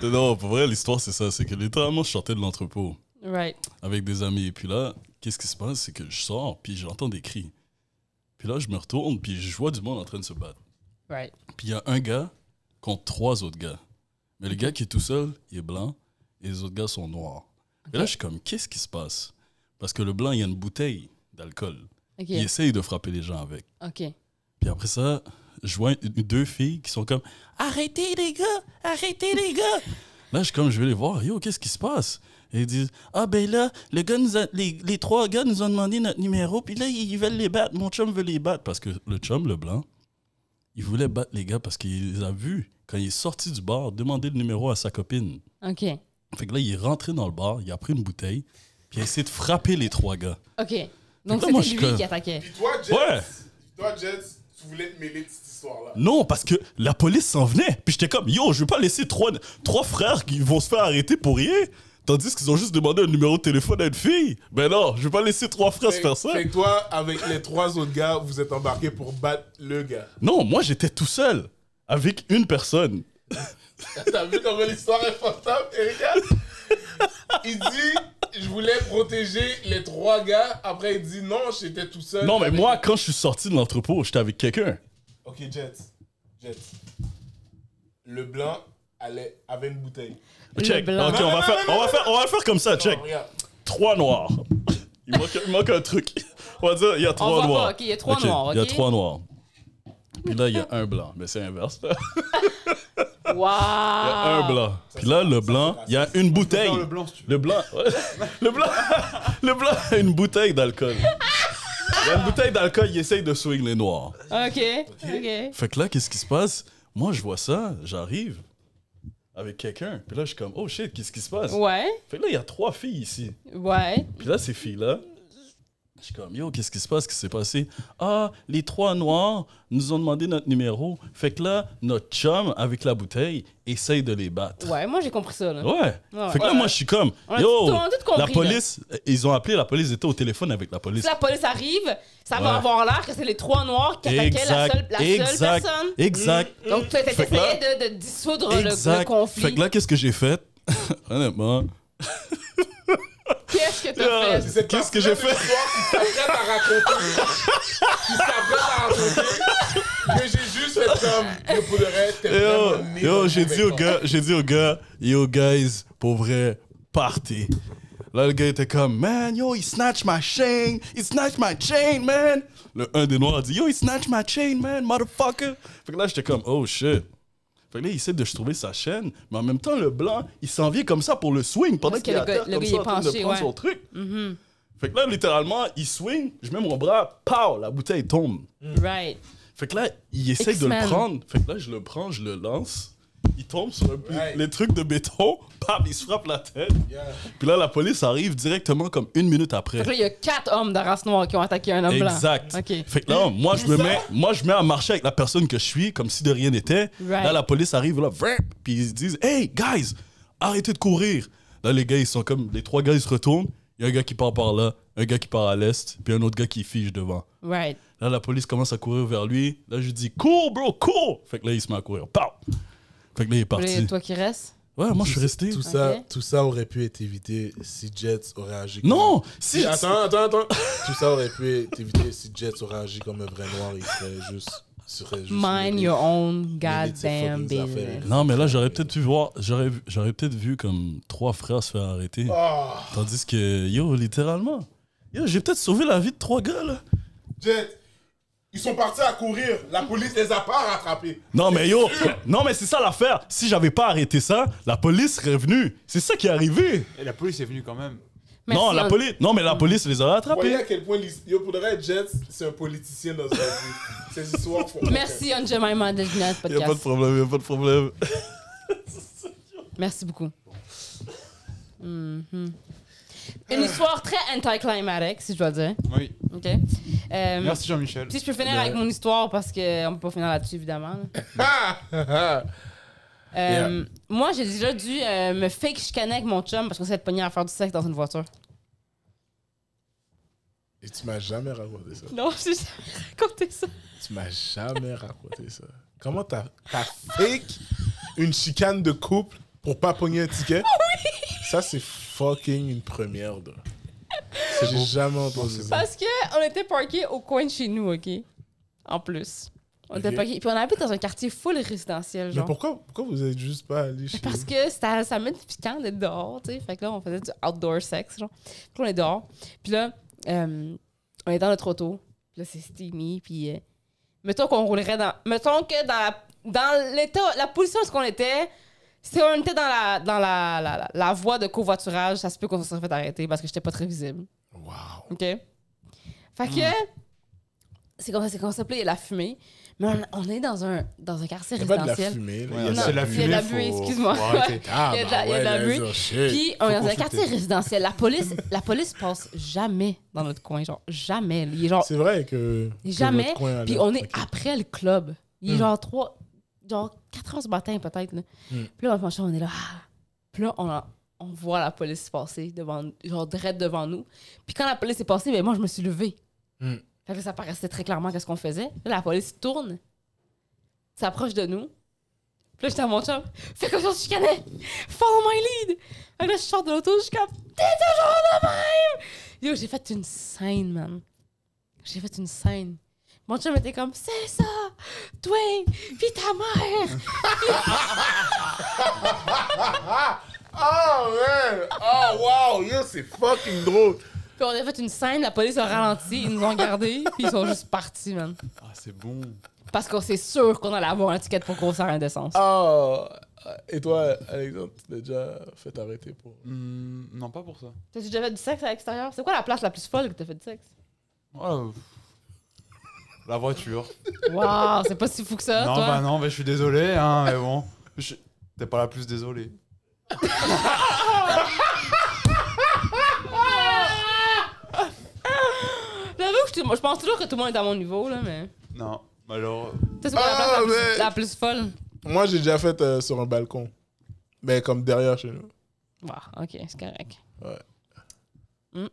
bro. Non, pour vrai, l'histoire c'est ça. C'est que littéralement, je sortais de l'entrepôt Right. avec des amis. Et puis là, qu'est-ce qui se passe C'est que je sors, puis j'entends des cris. Puis là, je me retourne, puis je vois du monde en train de se battre. Right. Puis il y a un gars contre trois autres gars. Mais le gars qui est tout seul, il est blanc et les autres gars sont noirs. Et là, je suis comme, qu'est-ce qui se passe Parce que le blanc, il y a une bouteille d'alcool. OK. Il essaye de frapper les gens avec. OK. Puis après ça, je vois une- deux filles qui sont comme, arrêtez les gars, arrêtez les gars. Là, je suis comme, je vais les voir, yo, qu'est-ce qui se passe Et ils disent, ah ben là, le gars nous a- les, les trois gars nous ont demandé notre numéro, puis là, ils veulent les battre, mon chum veut les battre. Parce que le chum, le blanc, il voulait battre les gars parce qu'il les a vus, quand il est sorti du bar, demander le numéro à sa copine. OK. Fait que là, il est rentré dans le bar, il a pris une bouteille, puis il a essayé de frapper les trois gars. OK. Donc, Fait que là, moi, c'était je lui suis qui comme- *laughs* attaquait. Puis toi, Jets, Ouais. toi, Jets, tu voulais te mêler de cette histoire-là. Non, parce que la police s'en venait. Puis j'étais comme, yo, je vais pas laisser trois, trois frères qui vont se faire arrêter pour rien. Tandis qu'ils ont juste demandé un numéro de téléphone à une fille. Ben non, je vais pas laisser trois frères se faire ça. Fait que toi, avec les trois autres gars, vous êtes embarqués pour battre le gars. Non, moi j'étais tout seul. Avec une personne. T'as vu comment l'histoire est fortable, Erika hein? Il dit je voulais protéger les trois gars. Après, il dit non, j'étais tout seul. Non, mais Avec- moi, quand je suis sorti de l'entrepôt, j'étais avec quelqu'un. Ok, Jets. Jets. Le blanc allait, avait une bouteille. Check. blanc. Ok, on va faire, on va faire, on va le faire comme ça. Check. Non, regarde. Trois noirs. Il manque, il manque un truc. On va dire, il y a trois va noirs. pas, ok, il y a trois noirs, Il y a ok? trois noirs. Puis là, il y a un blanc. Mais c'est inverse. Il y Waouh! a Ah. un blanc. Puis là, le blanc, il y a une bouteille. Faire le blanc, si tu veux. Le blanc. ouais. *laughs* Le blanc. Le blanc a une bouteille d'alcool. Il y a une bouteille d'alcool, il essaye de swing les noirs. Ok, ok. Fait que là, qu'est-ce qui se passe? Moi, je vois ça, j'arrive avec quelqu'un. Puis là, je suis comme, oh shit, qu'est-ce qui se passe? Ouais, Fait que là, il y a trois filles ici. ouais. Puis là, ces filles-là, je suis comme, yo, qu'est-ce qui se passe? Qu'est-ce qui s'est passé? Ah, les trois noirs nous ont demandé notre numéro. Fait que là, notre chum, avec la bouteille, essaye de les battre. Ouais, moi j'ai compris ça, là. Ouais. Ouais. Fait que là, moi, je suis comme, On a tout- yo, on a tout compris, la là. police, ils ont appelé, la police était au téléphone avec la police. Si la police arrive, ça va Ouais. avoir l'air que c'est les trois noirs qui attaquaient la seule, la seule exact, personne. exact. Donc, tu Fait que là- essayais de, de dissoudre le- le, conflit. Fait que là, qu'est-ce que j'ai fait? *laughs* Honnêtement. Qu'est-ce que tu Yeah. fait? C'est Qu'est-ce pas que j'ai vrai fait? de l'histoire qui s'apprête à raconter. qui s'apprête à raconter. Que j'ai juste fait comme. Que pour le reste, t'es Yo, vraiment né dans yo le j'ai mauvais dit au camp. gars, j'ai dit au gars, yo guys, pour vrai, partez. Là, le gars était comme, man, yo, he snatched my chain, he snatched my chain, man. Le un des noirs a dit, yo, he snatched my chain, man, motherfucker. Fait que là, j'étais comme, oh shit. Fait que là, il essaie de se trouver sa chaîne, mais en même temps, le blanc, il s'en vient comme ça pour le swing pendant Parce que qu'il est le à gars- terre le gars, comme ça il est en train de penché, prendre ouais. Mm-hmm. son truc. Fait que là, littéralement, il swing, je mets mon bras, pow, la bouteille tombe. Right. Fait que là, il essaye de le X-Men. prendre. Fait que là, je le prends, je le lance. Il tombe sur un, Right. les trucs de béton. Paf, il se frappe la tête. Yeah. Puis là, la police arrive directement comme une minute après. Donc là, il y a quatre hommes de race noire qui ont attaqué un homme blanc. Exact. OK. Fait que là, moi je, me mets, moi, je mets à marcher avec la personne que je suis, comme si de rien n'était. Right. Là, la police arrive, là, vrap, puis ils se disent Hey, guys, arrêtez de courir. Là, les gars, ils sont comme. Les trois gars, ils se retournent. Il y a un gars qui part par là, un gars qui part à l'est, puis un autre gars qui fiche devant. Right. Là, la police commence à courir vers lui. Là, je lui dis Cours, bro, cours Fait que là, il se met à courir. Pow! Fait que là, il est Et parti. toi qui restes? Ouais, moi, je suis resté. Tout ça, Ok. tout ça aurait pu être évité si Jets aurait agi. comme- Non Si. Si- attends, attends, attends. tout ça aurait pu être évité si Jets aurait agi comme un vrai noir. Il serait juste. Serait juste Mind your Mais own de ses goddamn fucking business. affaires. Non, mais là, j'aurais peut-être pu voir. J'aurais, vu- j'aurais peut-être vu comme trois frères se faire arrêter. Oh, Tandis que, yo, littéralement. Yo, j'ai peut-être sauvé la vie de trois gars, là. Jets, ils sont partis à courir. La police les a pas rattrapés. Non, mais yo. Non, mais c'est ça l'affaire. Si j'avais pas arrêté ça, la police serait venue. C'est ça qui est arrivé. Et la police est venue quand même. Merci, hein. non, la on- police. Non, mais la police les aurait Vous voyez attrapés. à quel point. l'his- Yo, pour le vrai, Jets, c'est un politicien dans sa vie. Ces histoires font. Merci, on Jemima, de venir à ce Y a pas de podcast. problème, y a pas de problème. Merci beaucoup. Mhm. Une histoire très anticlimatique, si je dois dire. Oui. OK. Euh, Merci Jean-Michel. Si je peux finir avec mon histoire, parce qu'on peut pas finir là-dessus, évidemment. là. Ah! Euh, Moi, j'ai déjà dû euh, me fake chicaner avec mon chum parce qu'on s'est pogné à faire du sexe dans une voiture. Et tu m'as jamais raconté ça. Non, *laughs* j'ai jamais raconté ça. Tu m'as jamais raconté ça. Comment t'as t'as fake une chicane de couple pour pas pogner un ticket Ah Ça, c'est fucking une première. là. Ça, J'ai jamais entendu ça. Parce que on était parqués au coin de chez nous, OK? En plus. On était Ok. parqués. Puis on habite dans un quartier full résidentiel, Mais genre. pourquoi, pourquoi vous êtes juste pas allé chez Parce que ça, ça met du piquant d'être dehors, tu sais. Fait que là, on faisait du outdoor sex, genre. Puis on est dehors. Puis là, euh, on est dans notre auto. Puis là, c'est steamy. Puis euh, mettons qu'on roulerait dans... Mettons que dans, la- dans l'état, la position où est-ce qu'on était, si on était dans la, dans la, la, la- la voie de covoiturage, ça se peut qu'on se serait fait arrêter parce que j'étais pas très visible. Wow. OK? Fait que... C'est comme ça, c'est qu'on s'appelait la fumée. Mais on, on est dans un, dans un quartier Il y a pas de la résidentiel. fumée. là. Ouais, Il y a de Non, la c'est la buée. il y a de la buée, faut- excuse-moi. faut arrêter. Ah, Il y a de bah la- il y a de la ouais, buée. là, shit. Puis on est dans un consulter. quartier résidentiel. La police, la police passe jamais dans notre coin, genre jamais. Il est genre C'est vrai que. que jamais. votre coin a Puis l'air on est tranquille. après le club. Il est genre 3, genre 4 heures du matin peut-être. là. Puis là, on est on est là. ah. Puis là, on, en- on voit la police passer devant, genre direct devant nous. Puis quand la police est passée, ben moi je me suis levée. Mm. Fait que ça paraissait très clairement qu'est-ce qu'on faisait. Là, la police tourne, s'approche de nous. Puis là, j'étais à mon chum. Fais comme si on se chicanait. Follow my lead. Fait que là, je sors de l'auto, je suis comme, t'es toujours de même. Yo, j'ai fait une scène, man. J'ai fait une scène. Mon chum était comme, c'est ça, Dwayne, puis ta mère. Oh, man! Oh, wow! Yo, c'est fucking drôle! Puis on a fait une scène, la police a ralenti, ils nous ont gardés, puis ils sont juste partis, man. Ah, c'est bon. Parce qu'on c'est sûr qu'on allait avoir un ticket pour grosseur indécence. Oh! Et toi, Alexandre, tu t'es déjà fait arrêter pour. Hmm, non, pas pour ça. T'as-tu déjà fait du sexe à l'extérieur? C'est quoi la place la plus folle que t'as fait du sexe? Oh, La voiture. Waouh, c'est pas si fou que ça, non, Ah, toi? ben bah non, mais je suis désolé, hein, mais bon. Je- T'es pas la plus désolée. J'avoue que je, suis- moi, je pense toujours que tout le monde est à mon niveau, là, mais. Non, mais alors. euh, Ça, c'est pas la Ah, place la, plus- mais- la plus folle. Moi, j'ai déjà fait euh, sur un balcon. Mais comme derrière chez nous. Waouh, ok, c'est correct. Ah!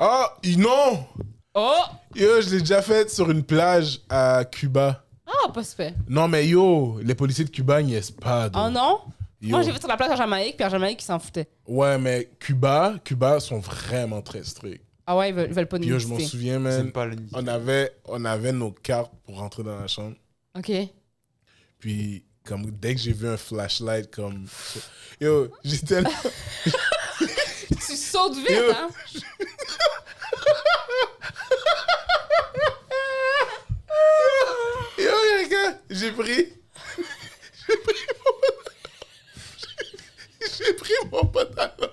Oh, non! Oh! Yo, je l'ai déjà fait sur une plage à Cuba. Ah, pas super. Non, mais yo, les policiers de Cuba n'y est pas. donc. Oh non? Yo. Moi, j'ai fait sur la place en Jamaïque, puis en Jamaïque, ils s'en foutaient. Ouais, mais Cuba, Cuba sont vraiment très stricts. Ah ouais, ils veulent, ils veulent pas de Puis yo, je m'en nudité. souviens, C'est man. pas l'ennemi. Euh, On avait, on avait nos cartes pour rentrer dans la chambre. Ok. Puis, comme dès que j'ai vu un flashlight, comme. Yo, j'étais là. tu sautes vite, Yo. hein? Yo, oh, y'a un gars, j'ai pris. J'ai pris mon. J'ai pris mon pantalon.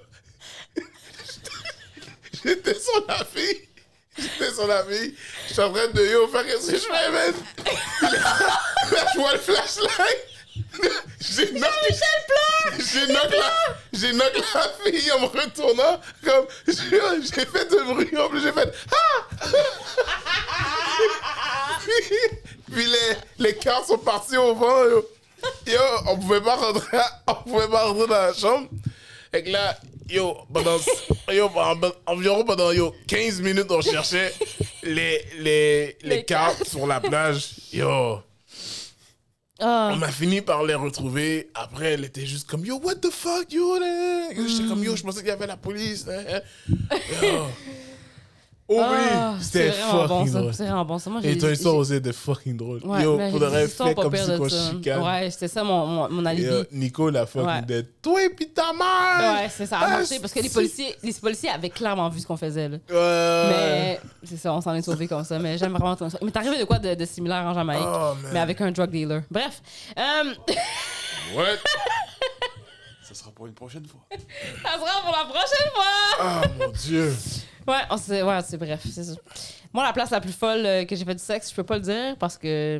J'étais sur la fille. J'étais sur la fille. Je suis en train de yo faire qu'est-ce que je fais, man. Là, *laughs* je vois le flashlight. *laughs* J'ai knock. *laughs* J'ai knock la. J'ai knock la fille en me retournant. Comme. *laughs* J'ai j'ai fait de bruit. En plus, j'ai fait. Puis- ah! *laughs* Puis les, les cartes sont partis au vent. Yo. Yo, on pouvait pas rentrer, *laughs* on pouvait pas rentrer dans la chambre. Fait que là, yo, pendant, yo, pendant- environ pendant yo, 15 minutes, on cherchait les, les, les, Les cartes sur la plage. Yo, Ah. on a fini par les retrouver. Après, elle était juste comme, yo, what the fuck, yo. là? J'étais comme, yo, je pensais qu'il y avait la police. hein, hein. *laughs* Yo. Oh Ah, oui, c'était c'est vraiment fucking bon, ça. drôle. C'est vraiment bon, ça. Moi, Et j'ai- Toy j'ai- Story aussi était fucking drôle. Ouais, Yo, mais pour le les reste, histoires fait pas comme pires si de qu'on ça. chicane. Ouais, c'était ça mon, mon, mon Et, alibi. euh, Nico, la fucking Ouais. dead. Toi et puis ta mère! Ouais, c'est ça a Ah, marché parce que les si. Euh. policiers, les policiers avaient clairement vu ce qu'on faisait. Là. Ouais. Mais c'est ça, on s'en est sauvé comme ça. Mais j'aime vraiment ton histoire. Mais t'es arrivé de quoi de, de similaire en Jamaïque, Oh, man. mais avec un drug dealer. Bref, euh, What? Ça sera pour une prochaine fois. ça sera pour la prochaine fois. Ah, mon Dieu. Ouais, on s'est- ouais, c'est bref, c'est ça. Moi, la place la plus folle euh, que j'ai fait du sexe, je peux pas le dire parce que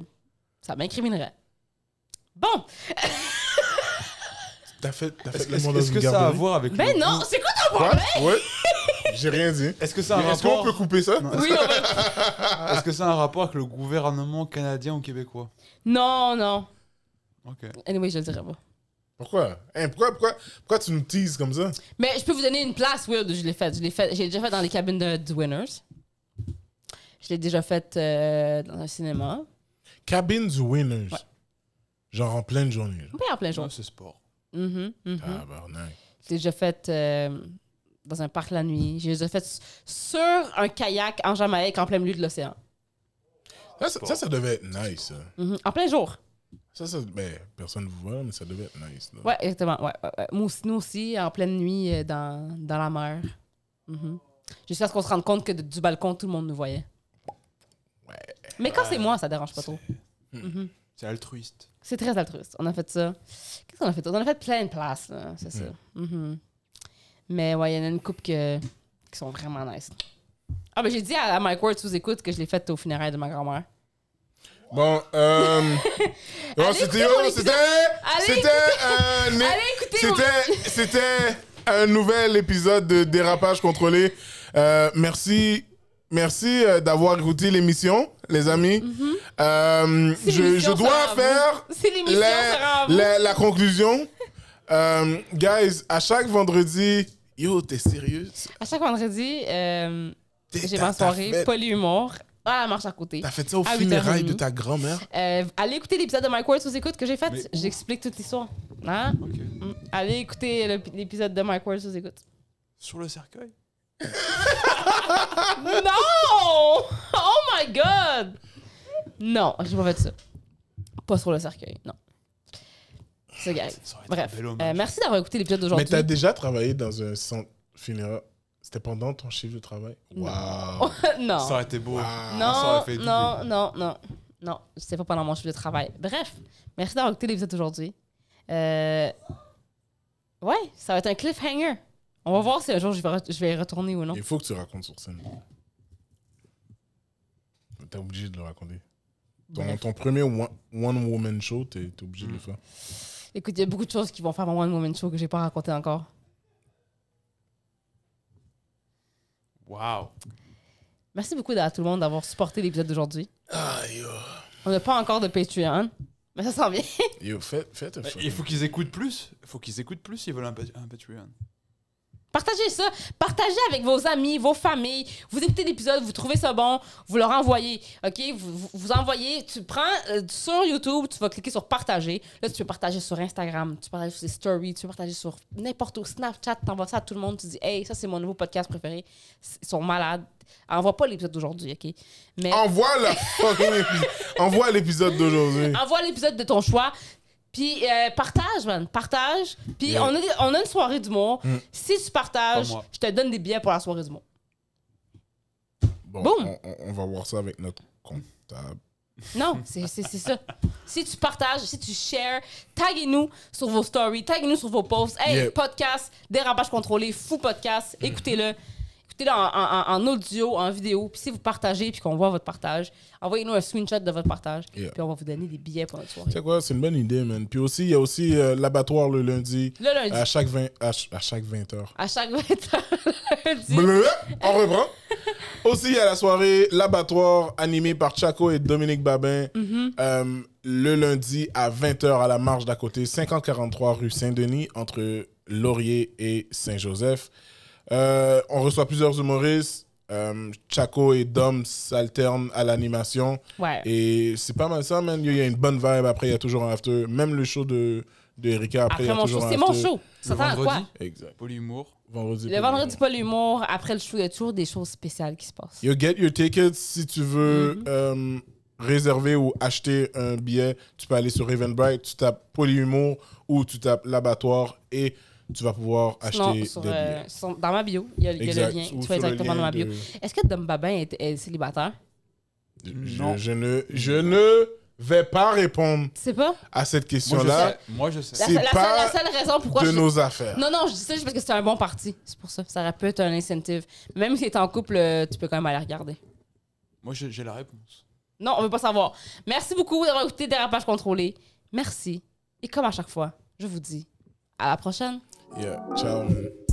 ça m'incriminerait. Bon, T'as fait, t'as fait Est-ce le est-ce- monde est-ce que ça a à voir avec. ben le- non, c'est quoi ton Quoi? problème? Ouais. J'ai rien dit. Est-ce que ça a un Est-ce qu'on rapport peut couper ça? Non. Oui, on va- Est-ce que ça a un rapport avec le gouvernement canadien ou québécois *laughs* Non, non. Ok. Anyway, je le dirai pas. Pourquoi? Hein, pourquoi, pourquoi? Pourquoi tu nous teases comme ça? Mais je peux vous donner une place, Will, je l'ai faite. Je l'ai faite. J'ai déjà fait dans les cabines de, du Winners. Je l'ai déjà faite euh, dans un cinéma. Cabine du Winners. Ouais. Genre en pleine journée. genre. Oui, en plein jour. Non, c'est sport. Mhm, mhm. Ah. Tabarnak. Je l'ai déjà faite euh, dans un parc la nuit. J'ai déjà faite sur un kayak en Jamaïque, en plein milieu de l'océan. Ça, ça, ça, ça devait être nice. hein. Mhm, En plein jour. Ça, ça, ben, personne ne vous voit, mais ça devait être nice. là. Ouais, exactement. Ouais, ouais, ouais. Moi aussi- Nous, aussi, en pleine nuit, euh, dans, dans la mer. Mhm. Jusqu'à ce qu'on se rende compte que de- du balcon, tout le monde nous voyait. Mais quand c'est moi, ça dérange pas trop. C'est altruiste. C'est très altruiste. On a fait ça. Qu'est-ce qu'on a fait d'autre? On a fait plein de places, là, c'est ça. Mhm. Mais ouais, il y en a une couple que, qui sont vraiment nice. Ah, ben j'ai dit à, à Mike Ward sous écoute que je l'ai faite au funérail de ma grand-mère. Bon, euh. *laughs* bon, Allez c'était. écouter mon oh, épisode. C'était. Allez C'était un. Allez écouter mon- C'était. C'était un nouvel épisode de Dérapage contrôlé. Euh, merci. Merci euh, d'avoir écouté l'émission, les amis. Euh, je, Si je Mhm. l'émission sera dois à vous. faire Si l'émission sera à la, vous. la- la conclusion. Euh, guys, à chaque vendredi, yo, t'es sérieux? À chaque vendredi, euh, T'es j'ai dans ma ta soirée fête. polyhumour à la marche à côté. T'as fait ça au À funérailles 8h30. de ta grand-mère Euh, allez écouter l'épisode de Mike Ward sous écoute que j'ai fait. Mais- J'explique toute l'histoire. Hein? Ok. Mm. Allez écouter le- l'épisode de Mike Ward sous écoute. Sur le cercueil non! Oh my god! Non, j'ai pas fait ça. Pas sur le cercueil, non. C'est ça qui arrive. Ça aurait été un Bref. bel hommage. Euh, merci d'avoir écouté l'épisode Mais d'aujourd'hui. *laughs* t'as déjà travaillé dans un centre funéraire C'était pendant ton chiffre de travail Non. Waouh non. Ça aurait été beau. Waouh. ça Non, aurait fait double. non, non, non, non. C'était pas pendant mon chiffre de travail. Bref, merci d'avoir écouté l'épisode d'aujourd'hui. Euh... Ouais, ça va être un cliffhanger. On va voir si un jour je vais, re- je vais y retourner ou non. Il faut que tu racontes sur scène. T'es obligé de le raconter. Ton, Bref. ton premier one- one-woman show, t'es t'es obligé de le faire. Écoute, il y a beaucoup de choses qui vont faire mon One Woman Show que j'ai pas raconté encore. Waouh. Merci beaucoup à tout le monde d'avoir supporté l'épisode d'aujourd'hui. Ah, yo. On n'a pas encore de Patreon, mais ça s'en vient. Yo, fais, fais tes Mais photos. Bah, Il faut qu'ils écoutent plus. Il faut qu'ils écoutent plus s'ils veulent un, pa- un Patreon. Partagez ça. Partagez avec vos amis, vos familles. Vous écoutez l'épisode, vous trouvez ça bon, vous leur envoyez. OK? Vous, vous, vous envoyez. Tu prends euh, sur YouTube, tu vas cliquer sur partager. Là, tu peux partager sur Instagram, tu partages sur les stories, tu peux partager sur n'importe où. Snapchat, t'envoies ça à tout le monde. Tu dis, hey, ça, c'est mon nouveau podcast préféré. C- Ils sont malades. Envoie pas l'épisode d'aujourd'hui, OK? Mais. Envoie la fucking épisode. Envoie l'épisode d'aujourd'hui. envoie l'épisode de ton choix. Puis euh, partage, man. Partage. Puis Yeah. on, a, on a une soirée d'humour. Mm. Si tu partages, Pas moi. je te donne des billets pour la soirée d'humour. Bon, Boum. on, on- on va voir ça avec notre comptable. Non, c'est c'est- c'est ça. Si tu partages, si tu shares, taguez-nous sur vos stories, taguez-nous sur vos posts. Hey, Yeah. Mm. podcast, dérapage contrôlé, fou podcast, écoutez-le. Écoutez-le en, en- en audio, en vidéo. Puis si vous partagez, puis qu'on voit votre partage, envoyez-nous un screenshot de votre partage. Yeah. Puis on va vous donner des billets pour notre soirée. Tu sais quoi, c'est une bonne idée, man. Puis aussi, il y a aussi euh, l'abattoir le lundi. Le lundi. À chaque 20, à, ch- à chaque 20 heures. À chaque 20 heures, lundi. Bleu, on reprend. Aussi, il y a la soirée L'abattoir, animée par Chaco et Dominique Babin, euh, le lundi à 20h à la marche d'à côté, 5043 rue Saint-Denis, entre Laurier et Saint-Joseph. Euh, on reçoit plusieurs humoristes. Euh, Chaco et Dom s'alternent à l'animation. Ouais. Et c'est pas mal ça, man. Il y a une bonne vibe. Après, il y a toujours un after. Même le show de, de Erika, après, Après, il y a mon toujours show, un c'est after. mon show. Ça Le sert à quoi? vendredi, Exact. polyhumour. Vendredi. Le vendredi, pas l'humour. Après le show, il y a toujours des choses spéciales qui se passent. You get your tickets si tu veux Mhm. euh, réserver ou acheter un billet. Tu peux aller sur Ravenbright, tu tapes Polyhumour ou tu tapes L'Abattoir et tu vas pouvoir Sinon, acheter sur, des euh, billets. sur- dans ma bio, il y a, il y a le lien. Ou Tu sur vas le directement lien dans ma bio. de- Est-ce que Dom Babin est, est célibataire? Je, Non. je ne, je ne vais pas répondre Tu sais pas? à cette Moi je, question-là sais. Moi, je sais. La, C'est la pas seule, la seule raison pourquoi de je... nos affaires. Non, non, je dis ça juste parce que c'est un bon parti. C'est pour ça. Ça aurait pu être un incentive. Même si t'es en couple, euh, tu peux quand même aller regarder. Moi, j'ai j'ai la réponse. Non, on veut pas savoir. Merci beaucoup d'avoir écouté Dérapage contrôlé. Merci. Et comme à chaque fois, je vous dis à la prochaine. Yeah. Ciao. man.